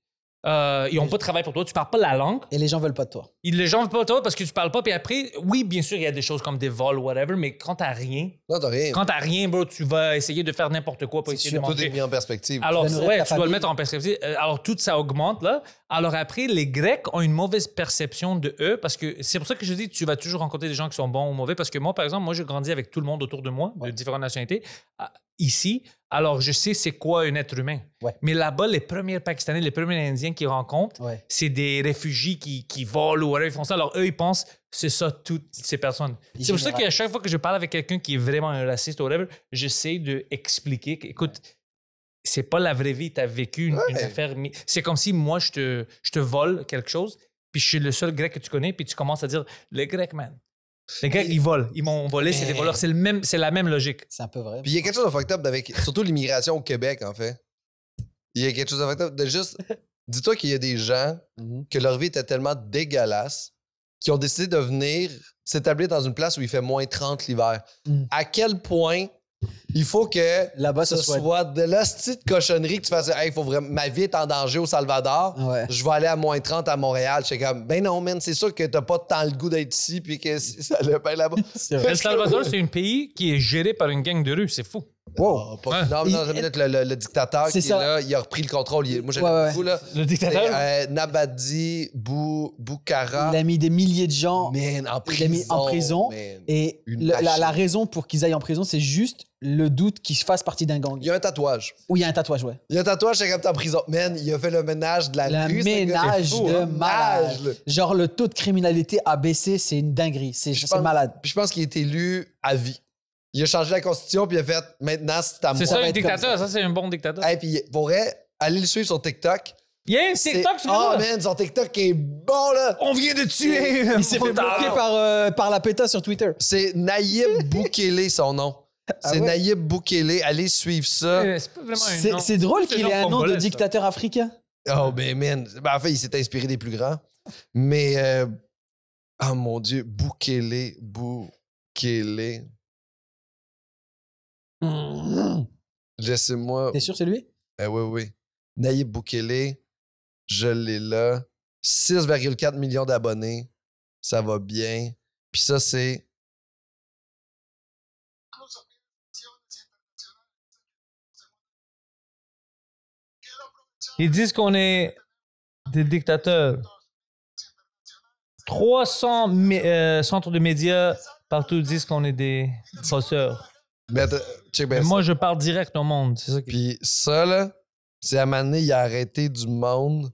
Speaker 3: Euh, ils n'ont pas de travail pour toi, tu parles pas la langue.
Speaker 2: Et les gens veulent pas de toi.
Speaker 3: Ils, les gens veulent pas toi parce que tu parles pas. Puis après, oui, bien sûr, il y a des choses comme des vols, whatever, mais quand t'as rien,
Speaker 1: Non, t'as rien.
Speaker 3: quand t'as rien, bro, tu vas essayer de faire n'importe quoi pour
Speaker 2: C'est
Speaker 3: essayer
Speaker 2: sûr.
Speaker 3: de
Speaker 1: Tout est
Speaker 3: manger.
Speaker 1: mis en perspective.
Speaker 3: Alors,
Speaker 2: Tu vas nourrir
Speaker 3: ouais,
Speaker 2: ta
Speaker 3: tu dois le
Speaker 2: famille.
Speaker 3: mettre en perspective. Euh, Alors, tout ça augmente, là. Alors, après, les Grecs ont une mauvaise perception de eux parce que c'est pour ça que je dis, tu vas toujours rencontrer des gens qui sont bons ou mauvais. Parce que moi, par exemple, moi, je grandis avec tout le monde autour de moi, de
Speaker 2: Ouais.
Speaker 3: différentes nationalités, à- ici. Alors, je sais c'est quoi un être humain.
Speaker 2: Ouais.
Speaker 3: Mais là-bas, les premiers Pakistanais, les premiers Indiens qu'ils rencontrent,
Speaker 2: Ouais.
Speaker 3: c'est des réfugiés qui, qui volent ou whatever, ils font ça. Alors, eux, ils pensent, c'est ça, toutes ces personnes.
Speaker 2: Ils
Speaker 3: C'est pour ça
Speaker 2: généralisent.
Speaker 3: qu'à chaque fois que je parle avec quelqu'un qui est vraiment un raciste ou whatever, j'essaie d'expliquer qu'écoute, c'est pas la vraie vie, t'as vécu une,
Speaker 1: Ouais.
Speaker 3: une affaire. mi- C'est comme si moi, je te, je te vole quelque chose, puis je suis le seul grec que tu connais, puis tu commences à dire, les grecs, man. Les grecs, ils volent. Ils m'ont volé, c'est des
Speaker 2: Mais-
Speaker 3: voleurs. C'est le même- c'est la même logique.
Speaker 2: C'est un peu vrai.
Speaker 1: Puis il y a quelque chose de fucked up avec surtout l'immigration au Québec, en fait. Il y a quelque chose de fucked up de juste. Dis-toi qu'il y a des gens
Speaker 2: Mhm.
Speaker 1: que leur vie était tellement dégueulasse qui ont décidé de venir s'établir dans une place où il fait moins 30 l'hiver.
Speaker 2: Mm.
Speaker 1: À quel point il faut que
Speaker 2: Là-bas,
Speaker 1: ce
Speaker 2: ce soit.
Speaker 1: soit de la petite cochonnerie que tu fasses Hey, faut vraiment... ma vie est en danger au Salvador.
Speaker 2: Ouais.
Speaker 1: Je vais aller à moins 30 à Montréal. C'est comme, ben non, man, c'est sûr que t'as pas tant le goût d'être ici puis que c- ça allait bien là-bas.
Speaker 2: C'est vrai.
Speaker 3: El Salvador, c'est un pays qui est géré par une gang de rue. C'est fou.
Speaker 2: Wow.
Speaker 1: Oh, pas-
Speaker 3: Ouais.
Speaker 1: Non, mais non,
Speaker 2: Il-
Speaker 1: j'aime bien que le, le- le dictateur
Speaker 2: C'est
Speaker 1: qui est
Speaker 2: ça.
Speaker 1: là, il a repris le contrôle. Il- moi, j'aime
Speaker 2: Ouais, ouais.
Speaker 1: beaucoup, là.
Speaker 3: Le
Speaker 1: C'est,
Speaker 3: dictateur.
Speaker 1: euh, Nabadi, Bou, Boukhara.
Speaker 2: Il a mis des milliers de gens.
Speaker 1: Man, en
Speaker 2: il
Speaker 1: prison.
Speaker 2: l'a mis en prison.
Speaker 1: man.
Speaker 2: Et
Speaker 1: Une
Speaker 2: le- la,
Speaker 1: machine.
Speaker 2: la raison pour qu'ils aillent en prison, c'est juste le doute qu'ils fassent partie d'un gang.
Speaker 1: Il y a un tatouage.
Speaker 2: Où il y a un tatouage, ouais.
Speaker 1: Il y a un tatouage, c'est comme t'es en prison. Man, il a fait le ménage de la
Speaker 2: Le
Speaker 1: rue. ce gars.
Speaker 2: ménage
Speaker 1: C'est fou,
Speaker 2: de
Speaker 1: hein.
Speaker 2: malade.
Speaker 1: Ménage, là.
Speaker 2: Genre, le taux de criminalité a baissé, c'est une dinguerie. C'est
Speaker 1: Je
Speaker 2: c'est
Speaker 1: pense-
Speaker 2: malade.
Speaker 1: Puis je pense qu'il est élu à vie. Il a changé la constitution, puis il a fait maintenant, c'est à moi.
Speaker 3: C'est ça,
Speaker 2: va
Speaker 3: un
Speaker 2: être comme
Speaker 3: dictateur. Ça, c'est un bon dictateur.
Speaker 1: Hey, puis pour vrai, allez le suivre sur TikTok.
Speaker 3: Il y a un
Speaker 1: C'est-
Speaker 3: TikTok sur
Speaker 1: Ah,
Speaker 3: ça.
Speaker 1: man, son TikTok est bon, là.
Speaker 3: On vient de tuer.
Speaker 2: Il s'est fait
Speaker 3: Potard.
Speaker 2: bloquer par, euh, par la PETA sur Twitter.
Speaker 1: C'est Naïb Boukele, son nom.
Speaker 2: Ah
Speaker 1: C'est
Speaker 2: ouais?
Speaker 1: Naïb Boukele. Allez suivre ça.
Speaker 3: Euh, C'est pas vraiment un
Speaker 2: C'est
Speaker 3: nom.
Speaker 2: c'est drôle
Speaker 3: C'est
Speaker 2: qu'il
Speaker 3: genre
Speaker 2: ait un nom de
Speaker 3: congolais, ça.
Speaker 2: dictateur africain.
Speaker 1: Oh, ben, man. Ben, en fait, il s'est inspiré des plus grands. Mais, euh, oh mon Dieu, Boukele, Boukele. Laissez-moi.
Speaker 2: T'es sûr, c'est lui
Speaker 1: Eh oui, oui. Naïb Boukele, je l'ai là. 6,4 millions d'abonnés. Ça va bien. Puis ça, c'est.
Speaker 3: Ils disent qu'on est des dictateurs. 300 mé- euh, centres de médias partout disent qu'on est des bosseurs.
Speaker 1: Mais attends, euh, check bien
Speaker 3: Mais
Speaker 1: ça.
Speaker 3: moi, je parle direct au monde. C'est ça qui...
Speaker 1: Puis ça, là, c'est à un moment donné, il a arrêté du monde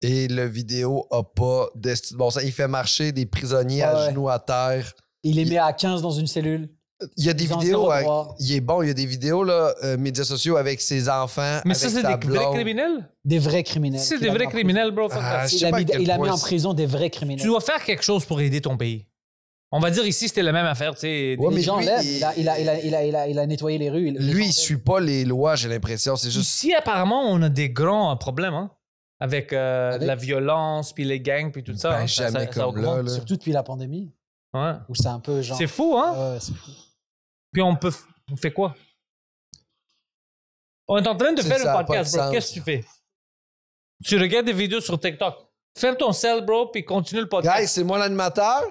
Speaker 1: et le vidéo a pas d'esti de Bon, ça, il fait marcher des prisonniers
Speaker 2: Ah
Speaker 1: à
Speaker 2: ouais.
Speaker 1: genoux à terre.
Speaker 2: Il est
Speaker 1: Il-
Speaker 2: mis à 15 dans une cellule.
Speaker 1: Il y a des
Speaker 2: Ils ont
Speaker 1: vidéos.
Speaker 2: zéro
Speaker 1: avec-
Speaker 2: droit.
Speaker 1: il est bon, il y a des vidéos, là, euh, médias sociaux avec ses enfants.
Speaker 3: Mais
Speaker 1: avec
Speaker 3: ça, c'est
Speaker 1: sa
Speaker 3: des vrais
Speaker 1: blonde.
Speaker 3: criminels?
Speaker 2: Des vrais criminels.
Speaker 3: C'est
Speaker 2: qu'il
Speaker 3: des
Speaker 2: a mis
Speaker 3: vrais
Speaker 2: en prison.
Speaker 3: criminels, bro. fuck
Speaker 1: Ah,
Speaker 3: that.
Speaker 1: je sais
Speaker 2: Il a
Speaker 1: pas à
Speaker 2: mis,
Speaker 1: quel
Speaker 2: il a
Speaker 1: point
Speaker 2: mis en
Speaker 1: c'est-
Speaker 2: prison des vrais
Speaker 3: Tu
Speaker 2: criminels.
Speaker 3: dois faire quelque chose pour aider ton pays. On va dire ici, c'était la même affaire, tu sais.
Speaker 1: Ouais,
Speaker 2: les
Speaker 1: mais
Speaker 2: gens
Speaker 1: lui,
Speaker 2: l'aiment.
Speaker 1: il-
Speaker 2: Il a, il, a, il, a, il, a, il, a, il a nettoyé les rues. les
Speaker 1: Lui,
Speaker 2: gens
Speaker 1: il suit pas les lois, j'ai l'impression. C'est juste.
Speaker 3: Ici, apparemment, on a des grands euh, problèmes, hein? Avec, euh,
Speaker 2: Avec?
Speaker 3: la violence, puis les gangs, puis tout ça.
Speaker 1: Ben,
Speaker 3: hein. Ça-
Speaker 1: jamais
Speaker 3: ça- ça
Speaker 1: comme
Speaker 3: augmente.
Speaker 1: là.
Speaker 2: l'aiment.
Speaker 1: là.
Speaker 2: Surtout depuis la pandémie,
Speaker 3: Ouais.
Speaker 2: où c'est un peu genre.
Speaker 3: C'est fou, hein?
Speaker 2: Ouais, c'est fou.
Speaker 3: Puis on peut. f- On fait quoi? On est en train de
Speaker 1: C'est
Speaker 3: faire
Speaker 1: ça,
Speaker 3: le
Speaker 1: pas de
Speaker 3: podcast, bro.
Speaker 1: sens.
Speaker 3: Qu'est-ce que tu fais? Tu regardes des vidéos sur TikTok. Ferme ton cell, bro, puis continue le
Speaker 1: Guys,
Speaker 3: podcast.
Speaker 1: c'est moi l'animateur.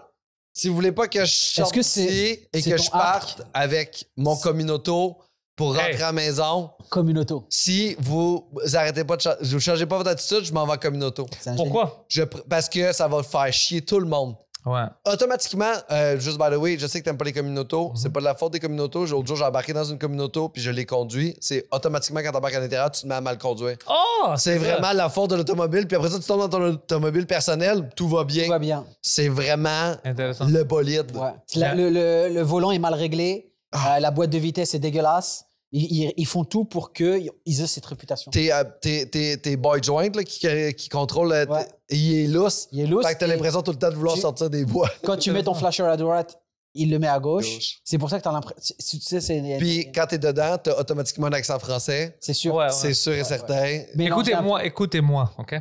Speaker 1: Si vous voulez pas que je sorte
Speaker 2: que c'est-
Speaker 1: d'ici et
Speaker 2: c'est
Speaker 1: que
Speaker 2: ton
Speaker 1: je parte avec mon communauto pour rentrer
Speaker 3: Hey.
Speaker 1: à la maison,
Speaker 2: Communauto.
Speaker 1: si vous arrêtez pas de cha- vous changez pas votre attitude, je m'en vais en communauto.
Speaker 2: C'est un génie.
Speaker 3: Pourquoi?
Speaker 1: Je pr- parce que ça va faire chier tout le monde.
Speaker 3: Ouais.
Speaker 1: Automatiquement, euh, juste by the way, je sais que t'aimes pas les communautos.
Speaker 3: Mhm.
Speaker 1: C'est pas de la faute des communautos. L'autre jour, j'ai embarqué dans une communauto puis je l'ai conduit. C'est automatiquement quand t'embarques à l'intérieur, tu te mets à mal conduire.
Speaker 3: Oh!
Speaker 1: C'est
Speaker 3: ça.
Speaker 1: vraiment la faute de l'automobile. Puis après ça, tu tombes dans ton automobile personnel, tout va bien.
Speaker 2: Tout va bien.
Speaker 1: C'est vraiment
Speaker 3: Intéressant.
Speaker 1: le bolide.
Speaker 2: Ouais. La-
Speaker 3: Ah.
Speaker 2: le,
Speaker 3: Ouais.
Speaker 2: le- le volant est mal réglé.
Speaker 1: Ah.
Speaker 2: euh, la boîte de vitesse est dégueulasse. Ils, ils- ils font tout pour qu'ils aient cette réputation.
Speaker 1: T'es, euh, t'es, t'es- t'es boy joint là, qui, qui contrôle. euh,
Speaker 2: Ouais.
Speaker 1: t- Il est lousse.
Speaker 2: Il est lourd.
Speaker 1: Fait que t'as l'impression tout le temps de vouloir
Speaker 2: Tu-
Speaker 1: sortir des bois.
Speaker 2: Quand tu mets ton flasher à droite, il le met à gauche.
Speaker 1: Gauche.
Speaker 2: C'est pour ça que t'as l'impression. Tu tu sais, c'est.
Speaker 1: Puis quand t'es dedans, t'as automatiquement un accent français.
Speaker 2: C'est sûr.
Speaker 3: Ouais, ouais.
Speaker 1: C'est sûr et
Speaker 2: Ah Ouais,
Speaker 1: certain.
Speaker 2: Mélanger
Speaker 3: Écoutez-moi, écoutez-moi, OK?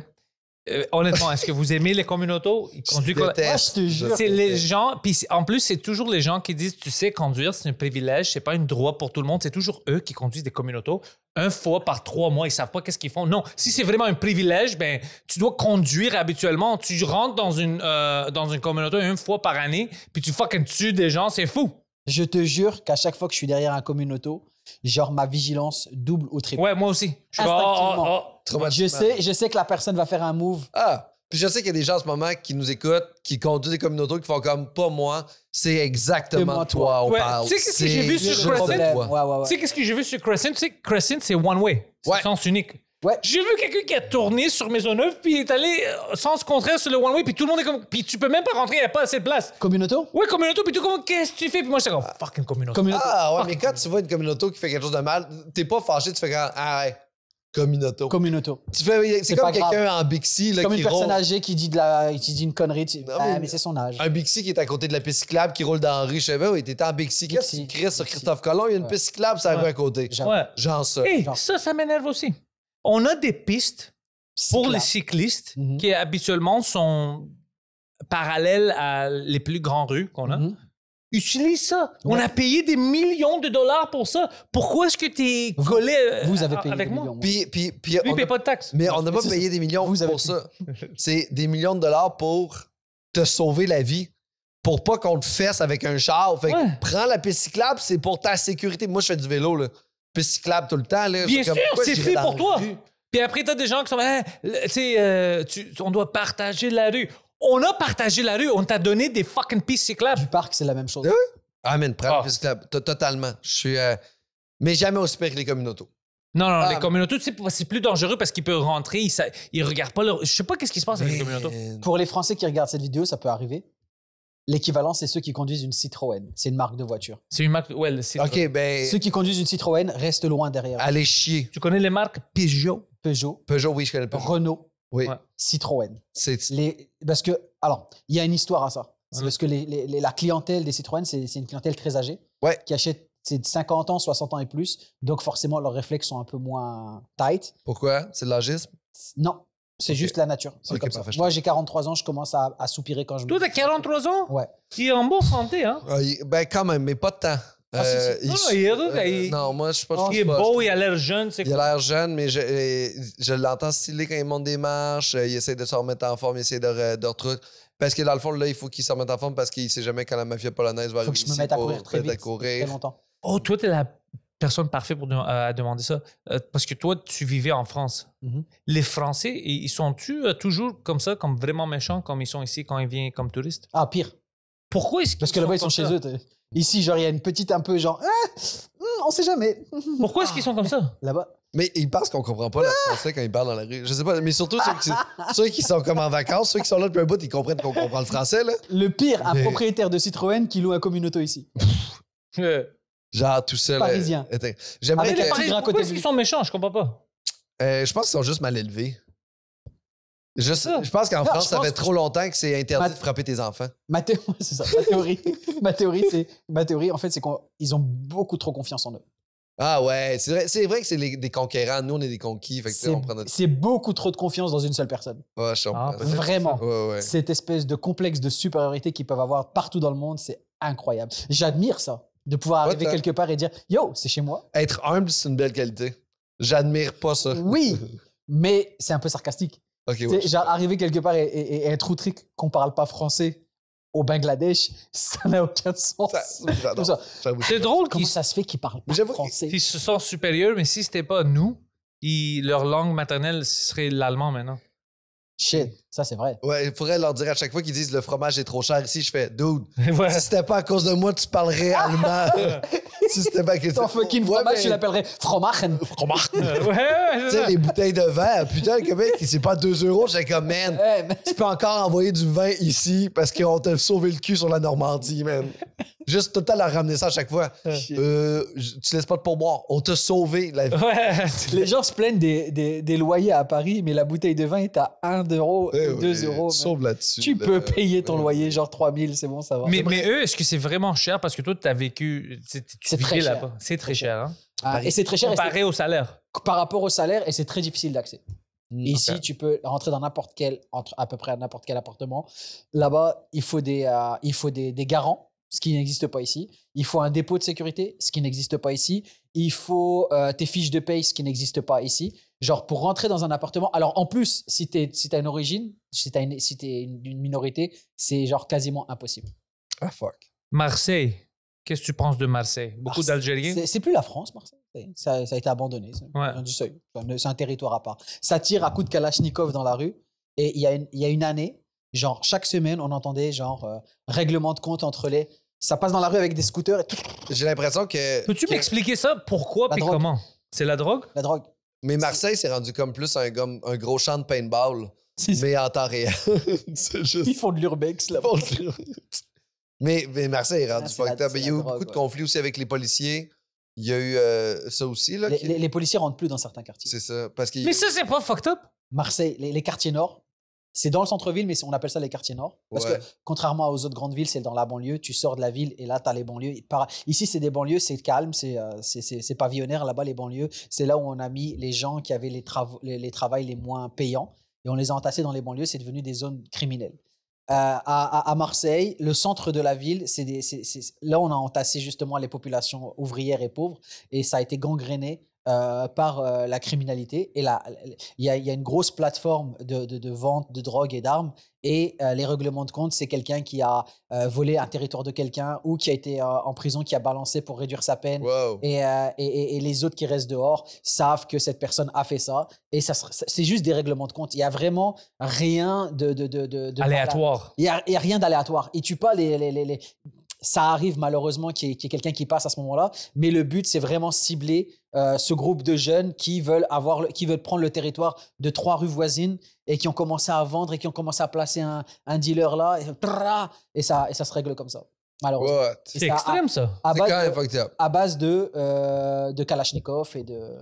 Speaker 3: Euh, honnêtement, est-ce que vous aimez les communautos? Ils conduisent comme-
Speaker 2: un- Ouais, je te jure.
Speaker 3: C'est les gens, puis c'est- en plus, c'est toujours les gens qui disent, tu sais, conduire, c'est un privilège, c'est pas une droit pour tout le monde. C'est toujours eux qui conduisent des communautos. Un fois par trois mois, ils savent pas qu'est-ce qu'ils font. Non, si c'est vraiment un privilège, ben, tu dois conduire habituellement. Tu rentres dans une, euh, dans une communauté une fois par année, puis tu fucking tues des gens, c'est fou.
Speaker 2: Je te jure qu'à chaque fois que je suis derrière un communauto, genre ma vigilance double ou triple.
Speaker 3: Ouais, moi aussi. Je suis comme,
Speaker 2: Instinctivement.
Speaker 3: oh, oh, oh.
Speaker 2: je, sais, je sais que la personne va faire un move.
Speaker 1: Ah! Puis je sais qu'il y a des gens en ce moment qui nous écoutent, qui conduisent des communautés qui font comme pas moi, c'est exactement
Speaker 2: Demande-toi.
Speaker 1: toi, on
Speaker 3: Ouais,
Speaker 1: parle.
Speaker 3: tu sais qu'est-ce que
Speaker 1: C'est
Speaker 3: j'ai vu sur
Speaker 1: juste
Speaker 3: Crescent?
Speaker 1: de
Speaker 2: problème.
Speaker 1: toi.
Speaker 2: Ouais, ouais, ouais.
Speaker 3: Tu sais, qu'est-ce que j'ai vu sur Crescent? Tu sais, que Crescent, c'est one way. C'est
Speaker 1: Ouais.
Speaker 3: sens unique.
Speaker 2: Ouais.
Speaker 3: J'ai vu quelqu'un qui a tourné sur Maisonneuve, puis il est allé euh, sens contraire sur le one way, puis tout le monde est comme. Puis tu peux même pas rentrer, il n'y a pas assez de place.
Speaker 2: Communauto
Speaker 3: Ouais, communauto, puis tout comme, qu'est-ce que tu fais? Puis moi, j'étais comme, fucking communauto.
Speaker 2: Communauto.
Speaker 1: Ah ouais, mais quand tu vois une communauté qui fait quelque chose de mal, t'es pas fâché, tu fais quand ah ouais, communauté.
Speaker 2: Communauto.
Speaker 1: Tu fais, c'est
Speaker 2: C'est
Speaker 1: comme
Speaker 2: pas grave.
Speaker 1: quelqu'un en Bixi là,
Speaker 2: Comme
Speaker 1: qui
Speaker 2: une personne
Speaker 1: roule.
Speaker 2: âgée qui dit, de la, qui dit une connerie. tu-
Speaker 1: Non,
Speaker 2: Ah,
Speaker 1: mais-
Speaker 2: mais, c'est son âge.
Speaker 1: Un Bixi qui est à côté de la piste cyclable qui roule dans la rue. Je sais pas, oui, t'étais en Bixi. Qu'est-ce que tu
Speaker 2: Bixi.
Speaker 1: cries sur
Speaker 2: Bixi.
Speaker 1: Christophe Colomb? Il y a une
Speaker 2: Ouais.
Speaker 1: piste cyclable, ça arrive
Speaker 3: Ouais.
Speaker 1: à côté.
Speaker 2: Genre,
Speaker 3: Ouais.
Speaker 1: Genre ça.
Speaker 3: Hey,
Speaker 2: Genre.
Speaker 3: ça, ça m'énerve aussi. On a des pistes pour les cyclistes
Speaker 2: Mhm.
Speaker 3: qui habituellement sont parallèles à les plus grandes rues qu'on a.
Speaker 2: Mhm.
Speaker 3: Utilise ça. On
Speaker 2: Ouais.
Speaker 3: a payé des millions de dollars pour ça. Pourquoi est-ce que t'es
Speaker 2: Vous-
Speaker 3: collé euh,
Speaker 2: Vous avez payé
Speaker 3: avec
Speaker 2: des
Speaker 3: moi?
Speaker 2: millions.
Speaker 1: Puis, puis, puis
Speaker 3: Lui, il
Speaker 1: on
Speaker 3: paye
Speaker 1: a-
Speaker 3: pas de taxes.
Speaker 1: mais on n'a pas
Speaker 2: C'est
Speaker 1: payé des millions
Speaker 2: Vous avez
Speaker 1: pour ça. C'est des millions de dollars pour te sauver la vie. Pour pas qu'on te fesse avec un char. Fait que
Speaker 3: Ouais.
Speaker 1: prends la piste cyclable, c'est pour ta sécurité. Moi, je fais du vélo, là. Piste cyclable tout le temps, là.
Speaker 3: Bien
Speaker 1: Je fais comme,
Speaker 3: sûr,
Speaker 1: pourquoi
Speaker 3: c'est
Speaker 1: j'irais
Speaker 3: fait
Speaker 1: dans
Speaker 3: pour
Speaker 1: la
Speaker 3: toi.
Speaker 1: rue?
Speaker 3: Puis après, t'as des gens qui sont, Hein, le- tu sais, euh, tu- on doit partager la rue. On a partagé la rue, on t'a donné des fucking pistes cyclables.
Speaker 2: Du parc, c'est la même chose.
Speaker 1: Ouais. Ah, man, prends
Speaker 3: Ah.
Speaker 1: la piste cyclable. To- Totalement. Je suis. euh, mais jamais aussi pire que les communautés.
Speaker 3: Non, non,
Speaker 1: Ah,
Speaker 3: les
Speaker 1: mais-
Speaker 3: communautés, tu sais, c'est plus dangereux parce qu'ils peuvent rentrer, ils, sa- ils regardent pas leur. Je sais pas qu'est-ce qui se passe avec les communautés.
Speaker 2: Pour les Français qui regardent cette vidéo, ça peut arriver. L'équivalent, c'est ceux qui conduisent une Citroën. C'est une marque de voiture.
Speaker 3: C'est une marque. Ouais, le- c'est-
Speaker 1: OK, ben,
Speaker 2: Ceux qui conduisent une
Speaker 1: Ah.
Speaker 2: Citroën restent loin derrière.
Speaker 1: allez chier.
Speaker 3: Tu connais les marques Peugeot?
Speaker 2: Peugeot,
Speaker 1: Peugeot, oui, je connais pas.
Speaker 2: Renault,
Speaker 1: Oui,
Speaker 3: Ouais.
Speaker 2: Citroën.
Speaker 1: c'est
Speaker 2: Les- parce que, alors, il y a une histoire à ça. C'est
Speaker 3: Mhm.
Speaker 2: parce que les- les- les- la clientèle des Citroën, c'est c'est une clientèle très âgée.
Speaker 1: Ouais.
Speaker 2: Qui achète c'est de 50 ans, 60 ans et plus. Donc, forcément, leurs réflexes sont un peu moins tight.
Speaker 1: pourquoi C'est de l'agisme
Speaker 2: Non, c'est
Speaker 1: Ok.
Speaker 2: juste la nature. C'est
Speaker 1: Ok,
Speaker 2: comme ça.
Speaker 1: parfait, je
Speaker 2: Moi, j'ai 43 ans, je commence à, à soupirer quand je
Speaker 3: Toi, t'as 43 ans?
Speaker 2: Ouais.
Speaker 3: Il est en bonne santé, hein?
Speaker 1: Ah, il- Ben, quand même, mais pas de temps.
Speaker 2: Ah, si, si.
Speaker 1: Euh,
Speaker 3: Non, non,
Speaker 1: il-
Speaker 3: il est heureux,
Speaker 1: euh,
Speaker 3: il-
Speaker 1: non, moi, je suis pas. je
Speaker 3: il
Speaker 1: suis
Speaker 3: est
Speaker 1: pas-
Speaker 3: beau, il a l'air jeune, c'est
Speaker 1: Il a
Speaker 3: quoi?
Speaker 1: l'air jeune, mais je, je l'entends stylé quand il monte des marches. euh, Il essaie de se remettre en forme, il essaie de, re- de retruc- Parce que dans le fond, là, il faut qu'il se remette en forme parce qu'il sait jamais quand la mafia polonaise va
Speaker 2: Faut que
Speaker 1: arriver.
Speaker 2: je me
Speaker 1: ici
Speaker 2: mette à
Speaker 1: pour
Speaker 2: courir très
Speaker 1: peut-être
Speaker 2: vite.
Speaker 1: à courir.
Speaker 2: Très longtemps.
Speaker 3: Oh, toi, t'es la personne parfaite pour de- euh, à demander ça. Euh, parce que toi, tu vivais en France.
Speaker 2: Mhm.
Speaker 3: Les Français, i- ils sont-tu euh, toujours comme ça, comme vraiment méchants, comme ils sont ici quand ils viennent comme touristes?
Speaker 2: Ah, pire.
Speaker 3: Pourquoi est-ce qu'ils
Speaker 2: Parce que là-bas, ils sont
Speaker 3: comme
Speaker 2: chez
Speaker 3: ça?
Speaker 2: eux. t'es- Ici, genre, il y a une petite un peu genre, Ah, hmm, on sait jamais.
Speaker 3: Pourquoi est-ce qu'ils sont comme ça?
Speaker 2: Là-bas.
Speaker 1: Mais ils pensent qu'on comprend pas le
Speaker 2: Ah!
Speaker 1: français quand ils parlent dans la rue. Je sais pas, mais surtout ceux qui, ceux qui sont comme en vacances, ceux qui sont là depuis un bout, ils comprennent qu'on comprend le français, là.
Speaker 2: Le pire, un
Speaker 1: Mais-
Speaker 2: propriétaire de Citroën qui loue un communauto ici.
Speaker 3: Euh,
Speaker 1: Genre tout seul. euh,
Speaker 2: Parisien.
Speaker 1: éteint. J'aimerais
Speaker 2: Avec
Speaker 1: que.
Speaker 2: la-
Speaker 3: Paris,
Speaker 2: petit gras
Speaker 3: pourquoi
Speaker 2: côté
Speaker 3: est-ce
Speaker 2: de
Speaker 3: qu'ils
Speaker 2: lui.
Speaker 3: sont méchants? Je comprends pas.
Speaker 1: euh, je pense qu'ils sont juste mal élevés. Je,
Speaker 3: ça.
Speaker 1: je pense qu'en
Speaker 2: Ah! Non,
Speaker 1: France,
Speaker 2: je
Speaker 1: ça
Speaker 2: pense
Speaker 1: fait
Speaker 2: que-
Speaker 1: trop longtemps que c'est interdit
Speaker 2: Ma-
Speaker 1: de frapper tes enfants.
Speaker 2: Ma, thé- c'est ça, ma théorie, ma théorie, c'est, ma théorie, en fait, c'est qu'ils ont beaucoup trop confiance en eux.
Speaker 1: Ah ouais, c'est vrai, c'est vrai que c'est les- des conquérants. Nous, on est des conquis. Fait que, tu sais,
Speaker 2: C'est,
Speaker 1: on prend notre.
Speaker 2: c'est beaucoup trop de confiance dans une seule personne.
Speaker 1: Ouais, je comprends.
Speaker 3: Ah, peut-être.
Speaker 2: Vraiment.
Speaker 1: Ouais, ouais.
Speaker 2: Cette espèce de complexe de supériorité qu'ils peuvent avoir partout dans le monde, c'est incroyable. J'admire ça, de pouvoir
Speaker 1: Ouais,
Speaker 2: arriver
Speaker 1: t'as-
Speaker 2: quelque part et dire, yo, c'est chez moi.
Speaker 1: Être humble, c'est une belle qualité. J'admire pas ça.
Speaker 2: Oui, mais c'est un peu sarcastique.
Speaker 1: Ok, ouais.
Speaker 2: Tu sais, genre, arriver quelque part et, et- et être outré qu'on parle pas français au Bangladesh, ça n'a aucun sens.
Speaker 1: Ça- j'adore,
Speaker 2: Tout ça.
Speaker 1: j'avoue.
Speaker 3: C'est drôle
Speaker 2: Comment
Speaker 3: qu'ils
Speaker 2: ça se fait qu'ils parlent
Speaker 1: Mais
Speaker 2: pas
Speaker 1: j'avoue que-
Speaker 2: français
Speaker 3: ils se sont supérieurs, mais si c'était pas nous, ils- leur langue maternelle serait l'allemand maintenant.
Speaker 2: Shit, ça c'est vrai.
Speaker 1: Ouais, il faudrait leur dire à chaque fois qu'ils disent le fromage est trop cher ici, je fais dude.
Speaker 3: Ouais.
Speaker 1: Si c'était pas à cause de moi, tu parlerais allemand. si c'était pas à cause de
Speaker 2: Ton fucking
Speaker 1: Ouais,
Speaker 2: fromage,
Speaker 1: mais-
Speaker 2: tu l'appellerais fromachen.
Speaker 1: Fromage.
Speaker 3: ouais, ouais,
Speaker 1: Tu
Speaker 3: c'est
Speaker 1: sais,
Speaker 3: ça.
Speaker 1: les bouteilles de vin, putain, le Québec, c'est pas 2 euros. J'ai comme, man,
Speaker 2: Ouais, Eh, mais-
Speaker 1: tu peux encore envoyer du vin ici parce qu'on t'a sauvé le cul sur la Normandie, man. Juste tout le temps leur ramener ça à chaque fois. Euh, j- tu laisses pas de pourboire. On t'a sauvé la vie.
Speaker 3: Ouais.
Speaker 2: Les gens se plaignent des, des, des loyers à Paris, mais la bouteille de vin est à 1 euro,
Speaker 1: Eh
Speaker 2: 2
Speaker 1: oui,
Speaker 2: euros.
Speaker 1: Tu
Speaker 2: man.
Speaker 1: sauves là-dessus.
Speaker 2: Tu
Speaker 1: là.
Speaker 2: peux payer ton
Speaker 1: ouais,
Speaker 2: loyer genre 3000, c'est bon, ça va.
Speaker 3: Mais, mais eux, est-ce que c'est vraiment cher? Parce que toi, tu as vécu. tu sais, Tu
Speaker 2: C'est
Speaker 3: vivais
Speaker 2: très cher.
Speaker 3: là-bas. C'est très
Speaker 2: Très
Speaker 3: cher. hein.
Speaker 2: Ah, et c'est très cher et c'est-
Speaker 3: Comparé au salaire.
Speaker 2: par rapport au salaire et c'est très difficile d'accès.
Speaker 1: Mm,
Speaker 2: Ici, tu peux rentrer dans n'importe quel, entre, à peu près à n'importe quel appartement. Là-bas, il faut, des, euh, il faut des, des garants, ce qui n'existe pas ici. Il faut un dépôt de sécurité, ce qui n'existe pas ici. Il faut euh, tes fiches de paye, ce qui n'existe pas ici. Genre, pour rentrer dans un appartement. Alors, en plus, si tu si as une origine, si tu une, si t'es une, une minorité, c'est genre quasiment impossible.
Speaker 1: Ah, fuck.
Speaker 3: Marseille. Qu'est-ce que tu penses de Marseille? Beaucoup
Speaker 2: Marseille,
Speaker 3: d'Algériens?
Speaker 2: Ah, C'est c'est plus la France, Marseille. Ça, ça a été abandonné. C'est
Speaker 3: Ouais.
Speaker 2: du seuil. Enfin, C'est un territoire à part. Ça tire à coups de Kalachnikov dans la rue. Et il y, a une- il y a une année, genre chaque semaine, on entendait genre euh, règlement de compte entre les. Ça passe dans la rue avec des scooters et tout,
Speaker 1: J'ai l'impression que.
Speaker 3: Peux-tu
Speaker 1: que-
Speaker 3: m'expliquer ça? Pourquoi
Speaker 2: La
Speaker 3: puis
Speaker 2: drogue.
Speaker 3: comment? C'est la drogue?
Speaker 2: la drogue.
Speaker 1: Mais Marseille, c'est rendu comme plus un, gomme- un gros champ de paintball, mais en temps réel. c'est
Speaker 2: Ils
Speaker 1: juste.
Speaker 2: font de l'urbex là-bas.
Speaker 1: Bon, je- mais, mais Marseille est
Speaker 2: Ah,
Speaker 1: rendu
Speaker 2: c'est
Speaker 1: fucked
Speaker 2: la-
Speaker 1: up.
Speaker 2: c'est
Speaker 1: Il y a
Speaker 2: la
Speaker 1: eu
Speaker 2: drogue,
Speaker 1: beaucoup de
Speaker 2: ouais.
Speaker 1: conflits aussi avec les policiers. Il y a eu euh, ça aussi, là.
Speaker 2: Les,
Speaker 1: qui-
Speaker 2: les- les policiers rentrent plus dans certains quartiers.
Speaker 1: C'est ça. Parce qu'il.
Speaker 3: Mais ça, c'est pas fucked up?
Speaker 2: Marseille, les, les quartiers nord, c'est dans le centre-ville, mais on appelle ça les quartiers nord. Parce
Speaker 1: Ouais.
Speaker 2: que contrairement aux autres grandes villes, c'est dans la banlieue. Tu sors de la ville et là, tu as les banlieues. Et par- Ici, c'est des banlieues, c'est calme, c'est euh, c'est- c'est- c'est pavillonnaire. Là-bas, les banlieues, c'est là où on a mis les gens qui avaient les, travaux, les, les travails les moins payants et on les a entassés dans les banlieues. C'est devenu des zones criminelles. Euh, à, à- à Marseille, le centre de la ville, c'est des- c'est- c'est- là on a entassé justement les populations ouvrières et pauvres et ça a été gangréné euh, par euh, la criminalité. Et là, il y, a- il y a une grosse plateforme de, de- de vente de drogue et d'armes et euh, les règlements de compte, c'est quelqu'un qui a euh, volé un territoire de quelqu'un ou qui a été euh, en prison, qui a balancé pour réduire sa peine.
Speaker 1: Wow.
Speaker 2: Et, euh, et- et- et les autres qui restent dehors savent que cette personne a fait ça. Et ça, se- ça- c'est juste des règlements de compte. Il n'y a vraiment rien de... de, de, de- de-
Speaker 3: Aléatoire.
Speaker 2: Il n'y a, il y a rien d'aléatoire. Il tue pas les... les- les- les- Ça arrive malheureusement qu'il y ait, qu'il y ait quelqu'un qui passe à ce moment-là. Mais le but, c'est vraiment cibler euh, ce groupe de jeunes qui veulent, avoir le- qui veulent prendre le territoire de trois rues voisines et qui ont commencé à vendre et qui ont commencé à placer un, un dealer là. Et, trrra, et ça, et ça se règle comme ça, malheureusement.
Speaker 1: What?
Speaker 2: Et
Speaker 3: C'est
Speaker 2: ça-
Speaker 3: extrême, ça.
Speaker 2: à
Speaker 1: C'est
Speaker 2: base
Speaker 1: quand
Speaker 2: de-
Speaker 1: même fucked up.
Speaker 2: à base de, euh, de Kalachnikov et de.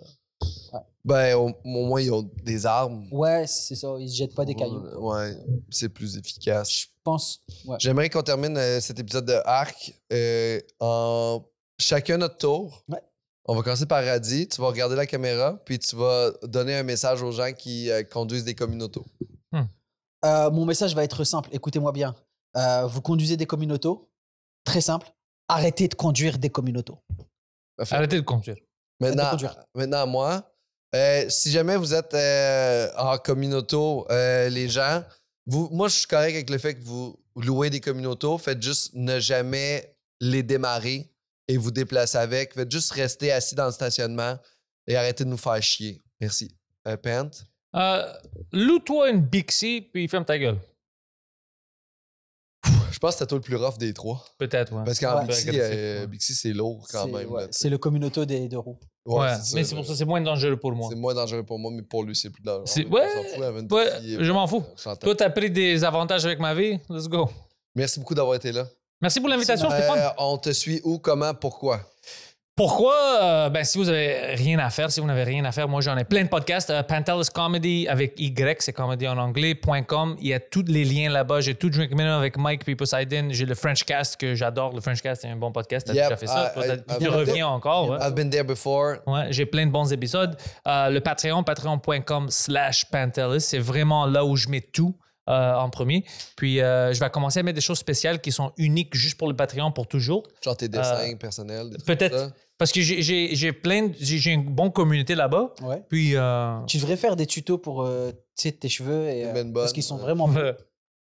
Speaker 1: Ben, au, au moins, ils ont des armes.
Speaker 2: Ouais, c'est ça. Ils se jettent pas des cailloux.
Speaker 1: Ouais, c'est plus efficace.
Speaker 2: Je pense. Ouais.
Speaker 1: J'aimerais qu'on termine euh, cet épisode de Arc euh, en chacun notre tour.
Speaker 2: Ouais.
Speaker 1: On va commencer par Radis. Tu vas regarder la caméra, puis tu vas donner un message aux gens qui euh, conduisent des communautos.
Speaker 2: Euh, mon message va être simple. Écoutez-moi bien. Euh, vous conduisez des communautos. Très simple. Arrêtez de conduire des communautos.
Speaker 1: Parfait.
Speaker 3: Arrêtez de conduire.
Speaker 1: Maintenant,
Speaker 2: Arrêtez de conduire.
Speaker 1: maintenant à moi. Euh, si jamais vous êtes euh, en communauto, euh, les gens, vous, moi, je suis correct avec le fait que vous louez des communautos. Faites juste ne jamais les démarrer et vous déplacer avec. Faites juste rester assis dans le stationnement et arrêtez de nous faire chier. Merci. Euh, Pant?
Speaker 3: Euh, Loue-toi une Bixi, puis ferme ta gueule.
Speaker 1: Je pense que c'était toi le plus rough des trois.
Speaker 3: Peut-être, ouais.
Speaker 1: Parce qu'en
Speaker 2: Ouais.
Speaker 1: Bixi,
Speaker 3: Agressif,
Speaker 1: euh,
Speaker 3: ouais.
Speaker 1: Bixi, c'est lourd quand
Speaker 2: C'est-
Speaker 1: même.
Speaker 2: ouais,
Speaker 1: là.
Speaker 2: c'est le communauto des deux roues.
Speaker 1: Ouais,
Speaker 3: Ouais, mais
Speaker 1: là.
Speaker 3: c'est pour ça, c'est moins dangereux pour moi.
Speaker 1: C'est moins dangereux pour moi, mais pour lui, c'est plus dangereux.
Speaker 3: C'est-
Speaker 1: On
Speaker 3: ouais,
Speaker 1: s'en fout, elle va nous
Speaker 3: ouais,
Speaker 1: plier,
Speaker 3: je m'en fous.
Speaker 1: euh, Chantal.
Speaker 3: Toi, t'as pris des avantages avec ma vie. Let's go.
Speaker 1: Merci beaucoup d'avoir été là.
Speaker 3: Merci pour l'invitation,
Speaker 1: Euh,
Speaker 3: Stéphane.
Speaker 1: on te suit où, comment, pourquoi?
Speaker 3: Pourquoi? euh, ben, si vous avez rien à faire, si vous n'avez rien à faire, moi j'en ai plein de podcasts. Euh, Pantelis Comedy avec Y, c'est comedy en anglais.com. Il y a tous les liens là-bas. J'ai tout Drink Minimum avec Mike puis Poseidon. J'ai le Frenchcast que j'adore. Le Frenchcast, c'est un bon podcast. T'as
Speaker 1: Yep.
Speaker 3: déjà fait ça.
Speaker 1: Ah,
Speaker 3: Toi, t'as-
Speaker 1: ah,
Speaker 3: tu
Speaker 1: ah,
Speaker 3: reviens
Speaker 2: Oh,
Speaker 3: encore. ouais.
Speaker 1: I've been there before.
Speaker 3: Ouais, j'ai plein de bons épisodes. Euh, le Patreon, patreon.com slash Pantelis, c'est vraiment là où je mets tout euh, en premier. Puis euh, je vais commencer à mettre des choses spéciales qui sont uniques juste pour le Patreon pour toujours.
Speaker 1: Genre tes
Speaker 2: Euh,
Speaker 1: dessins personnels. des trucs
Speaker 3: peut-être.
Speaker 1: comme ça.
Speaker 3: Parce que j'ai- j'ai j'ai plein, de- j'ai j'ai une bonne communauté là-bas.
Speaker 2: Ouais.
Speaker 3: Puis euh,
Speaker 2: Tu devrais faire des tutos pour euh, tu sais, tes cheveux et,
Speaker 1: Une
Speaker 2: euh,
Speaker 1: bonne
Speaker 2: parce
Speaker 1: bonne,
Speaker 2: qu'ils sont
Speaker 1: ouais.
Speaker 2: vraiment beaux.
Speaker 3: euh,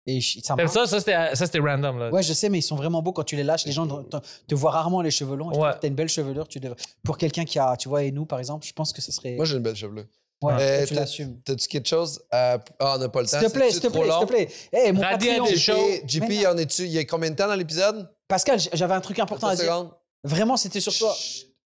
Speaker 2: Et je- ça me
Speaker 3: t'aimes
Speaker 2: parle.
Speaker 3: ça, ça c'était ça, c'était random là.
Speaker 2: Ouais, je sais, mais ils sont vraiment beaux quand tu les lâches. Les gens te, te voient rarement les cheveux longs. et je
Speaker 3: Ouais.
Speaker 2: trouve que T'as une belle chevelure. Tu devrais- Pour quelqu'un qui a, tu vois, et nous par exemple, je pense que ce serait.
Speaker 1: Moi, j'ai une belle chevelure.
Speaker 2: Ouais,
Speaker 1: Euh,
Speaker 2: toi, tu
Speaker 1: t'as-
Speaker 2: l'assumes.
Speaker 1: T'as-tu quelque chose à. Ah, on n'a pas le temps.
Speaker 2: S'il te plaît,
Speaker 1: c'est-tu
Speaker 2: s'il te
Speaker 1: trop
Speaker 2: plaît, s'il te
Speaker 1: long?
Speaker 2: plaît. Eh, mon
Speaker 3: Radis a
Speaker 2: Patreon.
Speaker 3: des choses.
Speaker 1: JP, JP,
Speaker 2: Mais
Speaker 1: y en est-tu? Il y a combien de temps dans l'épisode?
Speaker 2: Pascal, j- j'avais un truc important à
Speaker 1: 30
Speaker 2: dire.
Speaker 1: secondes.
Speaker 2: Vraiment, c'était sur toi.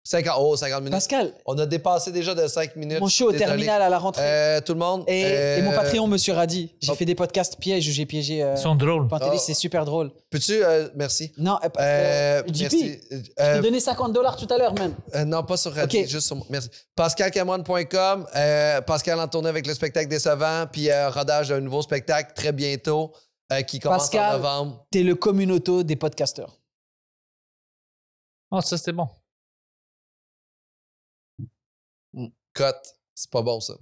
Speaker 1: 50, oh, 50 minutes.
Speaker 2: Pascal,
Speaker 1: On a dépassé déjà de 5 minutes.
Speaker 2: mon show au
Speaker 1: Désolé.
Speaker 2: terminal à la rentrée.
Speaker 1: Euh, tout le monde.
Speaker 2: et,
Speaker 1: euh,
Speaker 2: et mon Patreon, monsieur Radis. J'ai
Speaker 1: hop.
Speaker 2: fait des podcasts pièges où j'ai piégé euh,
Speaker 3: Ils sont drôles.
Speaker 2: Pantelis,
Speaker 1: Oh.
Speaker 2: c'est super drôle.
Speaker 1: Peux-tu. euh, merci.
Speaker 2: Non, euh,
Speaker 1: Euh,
Speaker 2: euh, JP,
Speaker 1: merci. Euh,
Speaker 2: j'ai donné 50 dollars tout à l'heure même.
Speaker 1: Euh, non, pas sur Radio,
Speaker 2: Ok.
Speaker 1: juste sur. Merci. PascalCameron.com, euh, Pascal en tournée avec le spectacle décevant, puis euh, rodage d'un nouveau spectacle très bientôt euh, qui commence en
Speaker 2: Pascal.
Speaker 1: novembre.
Speaker 2: T'es le communauto des podcasteurs.
Speaker 3: Oh, ça c'était bon.
Speaker 1: Cote, c'est pas bon ça.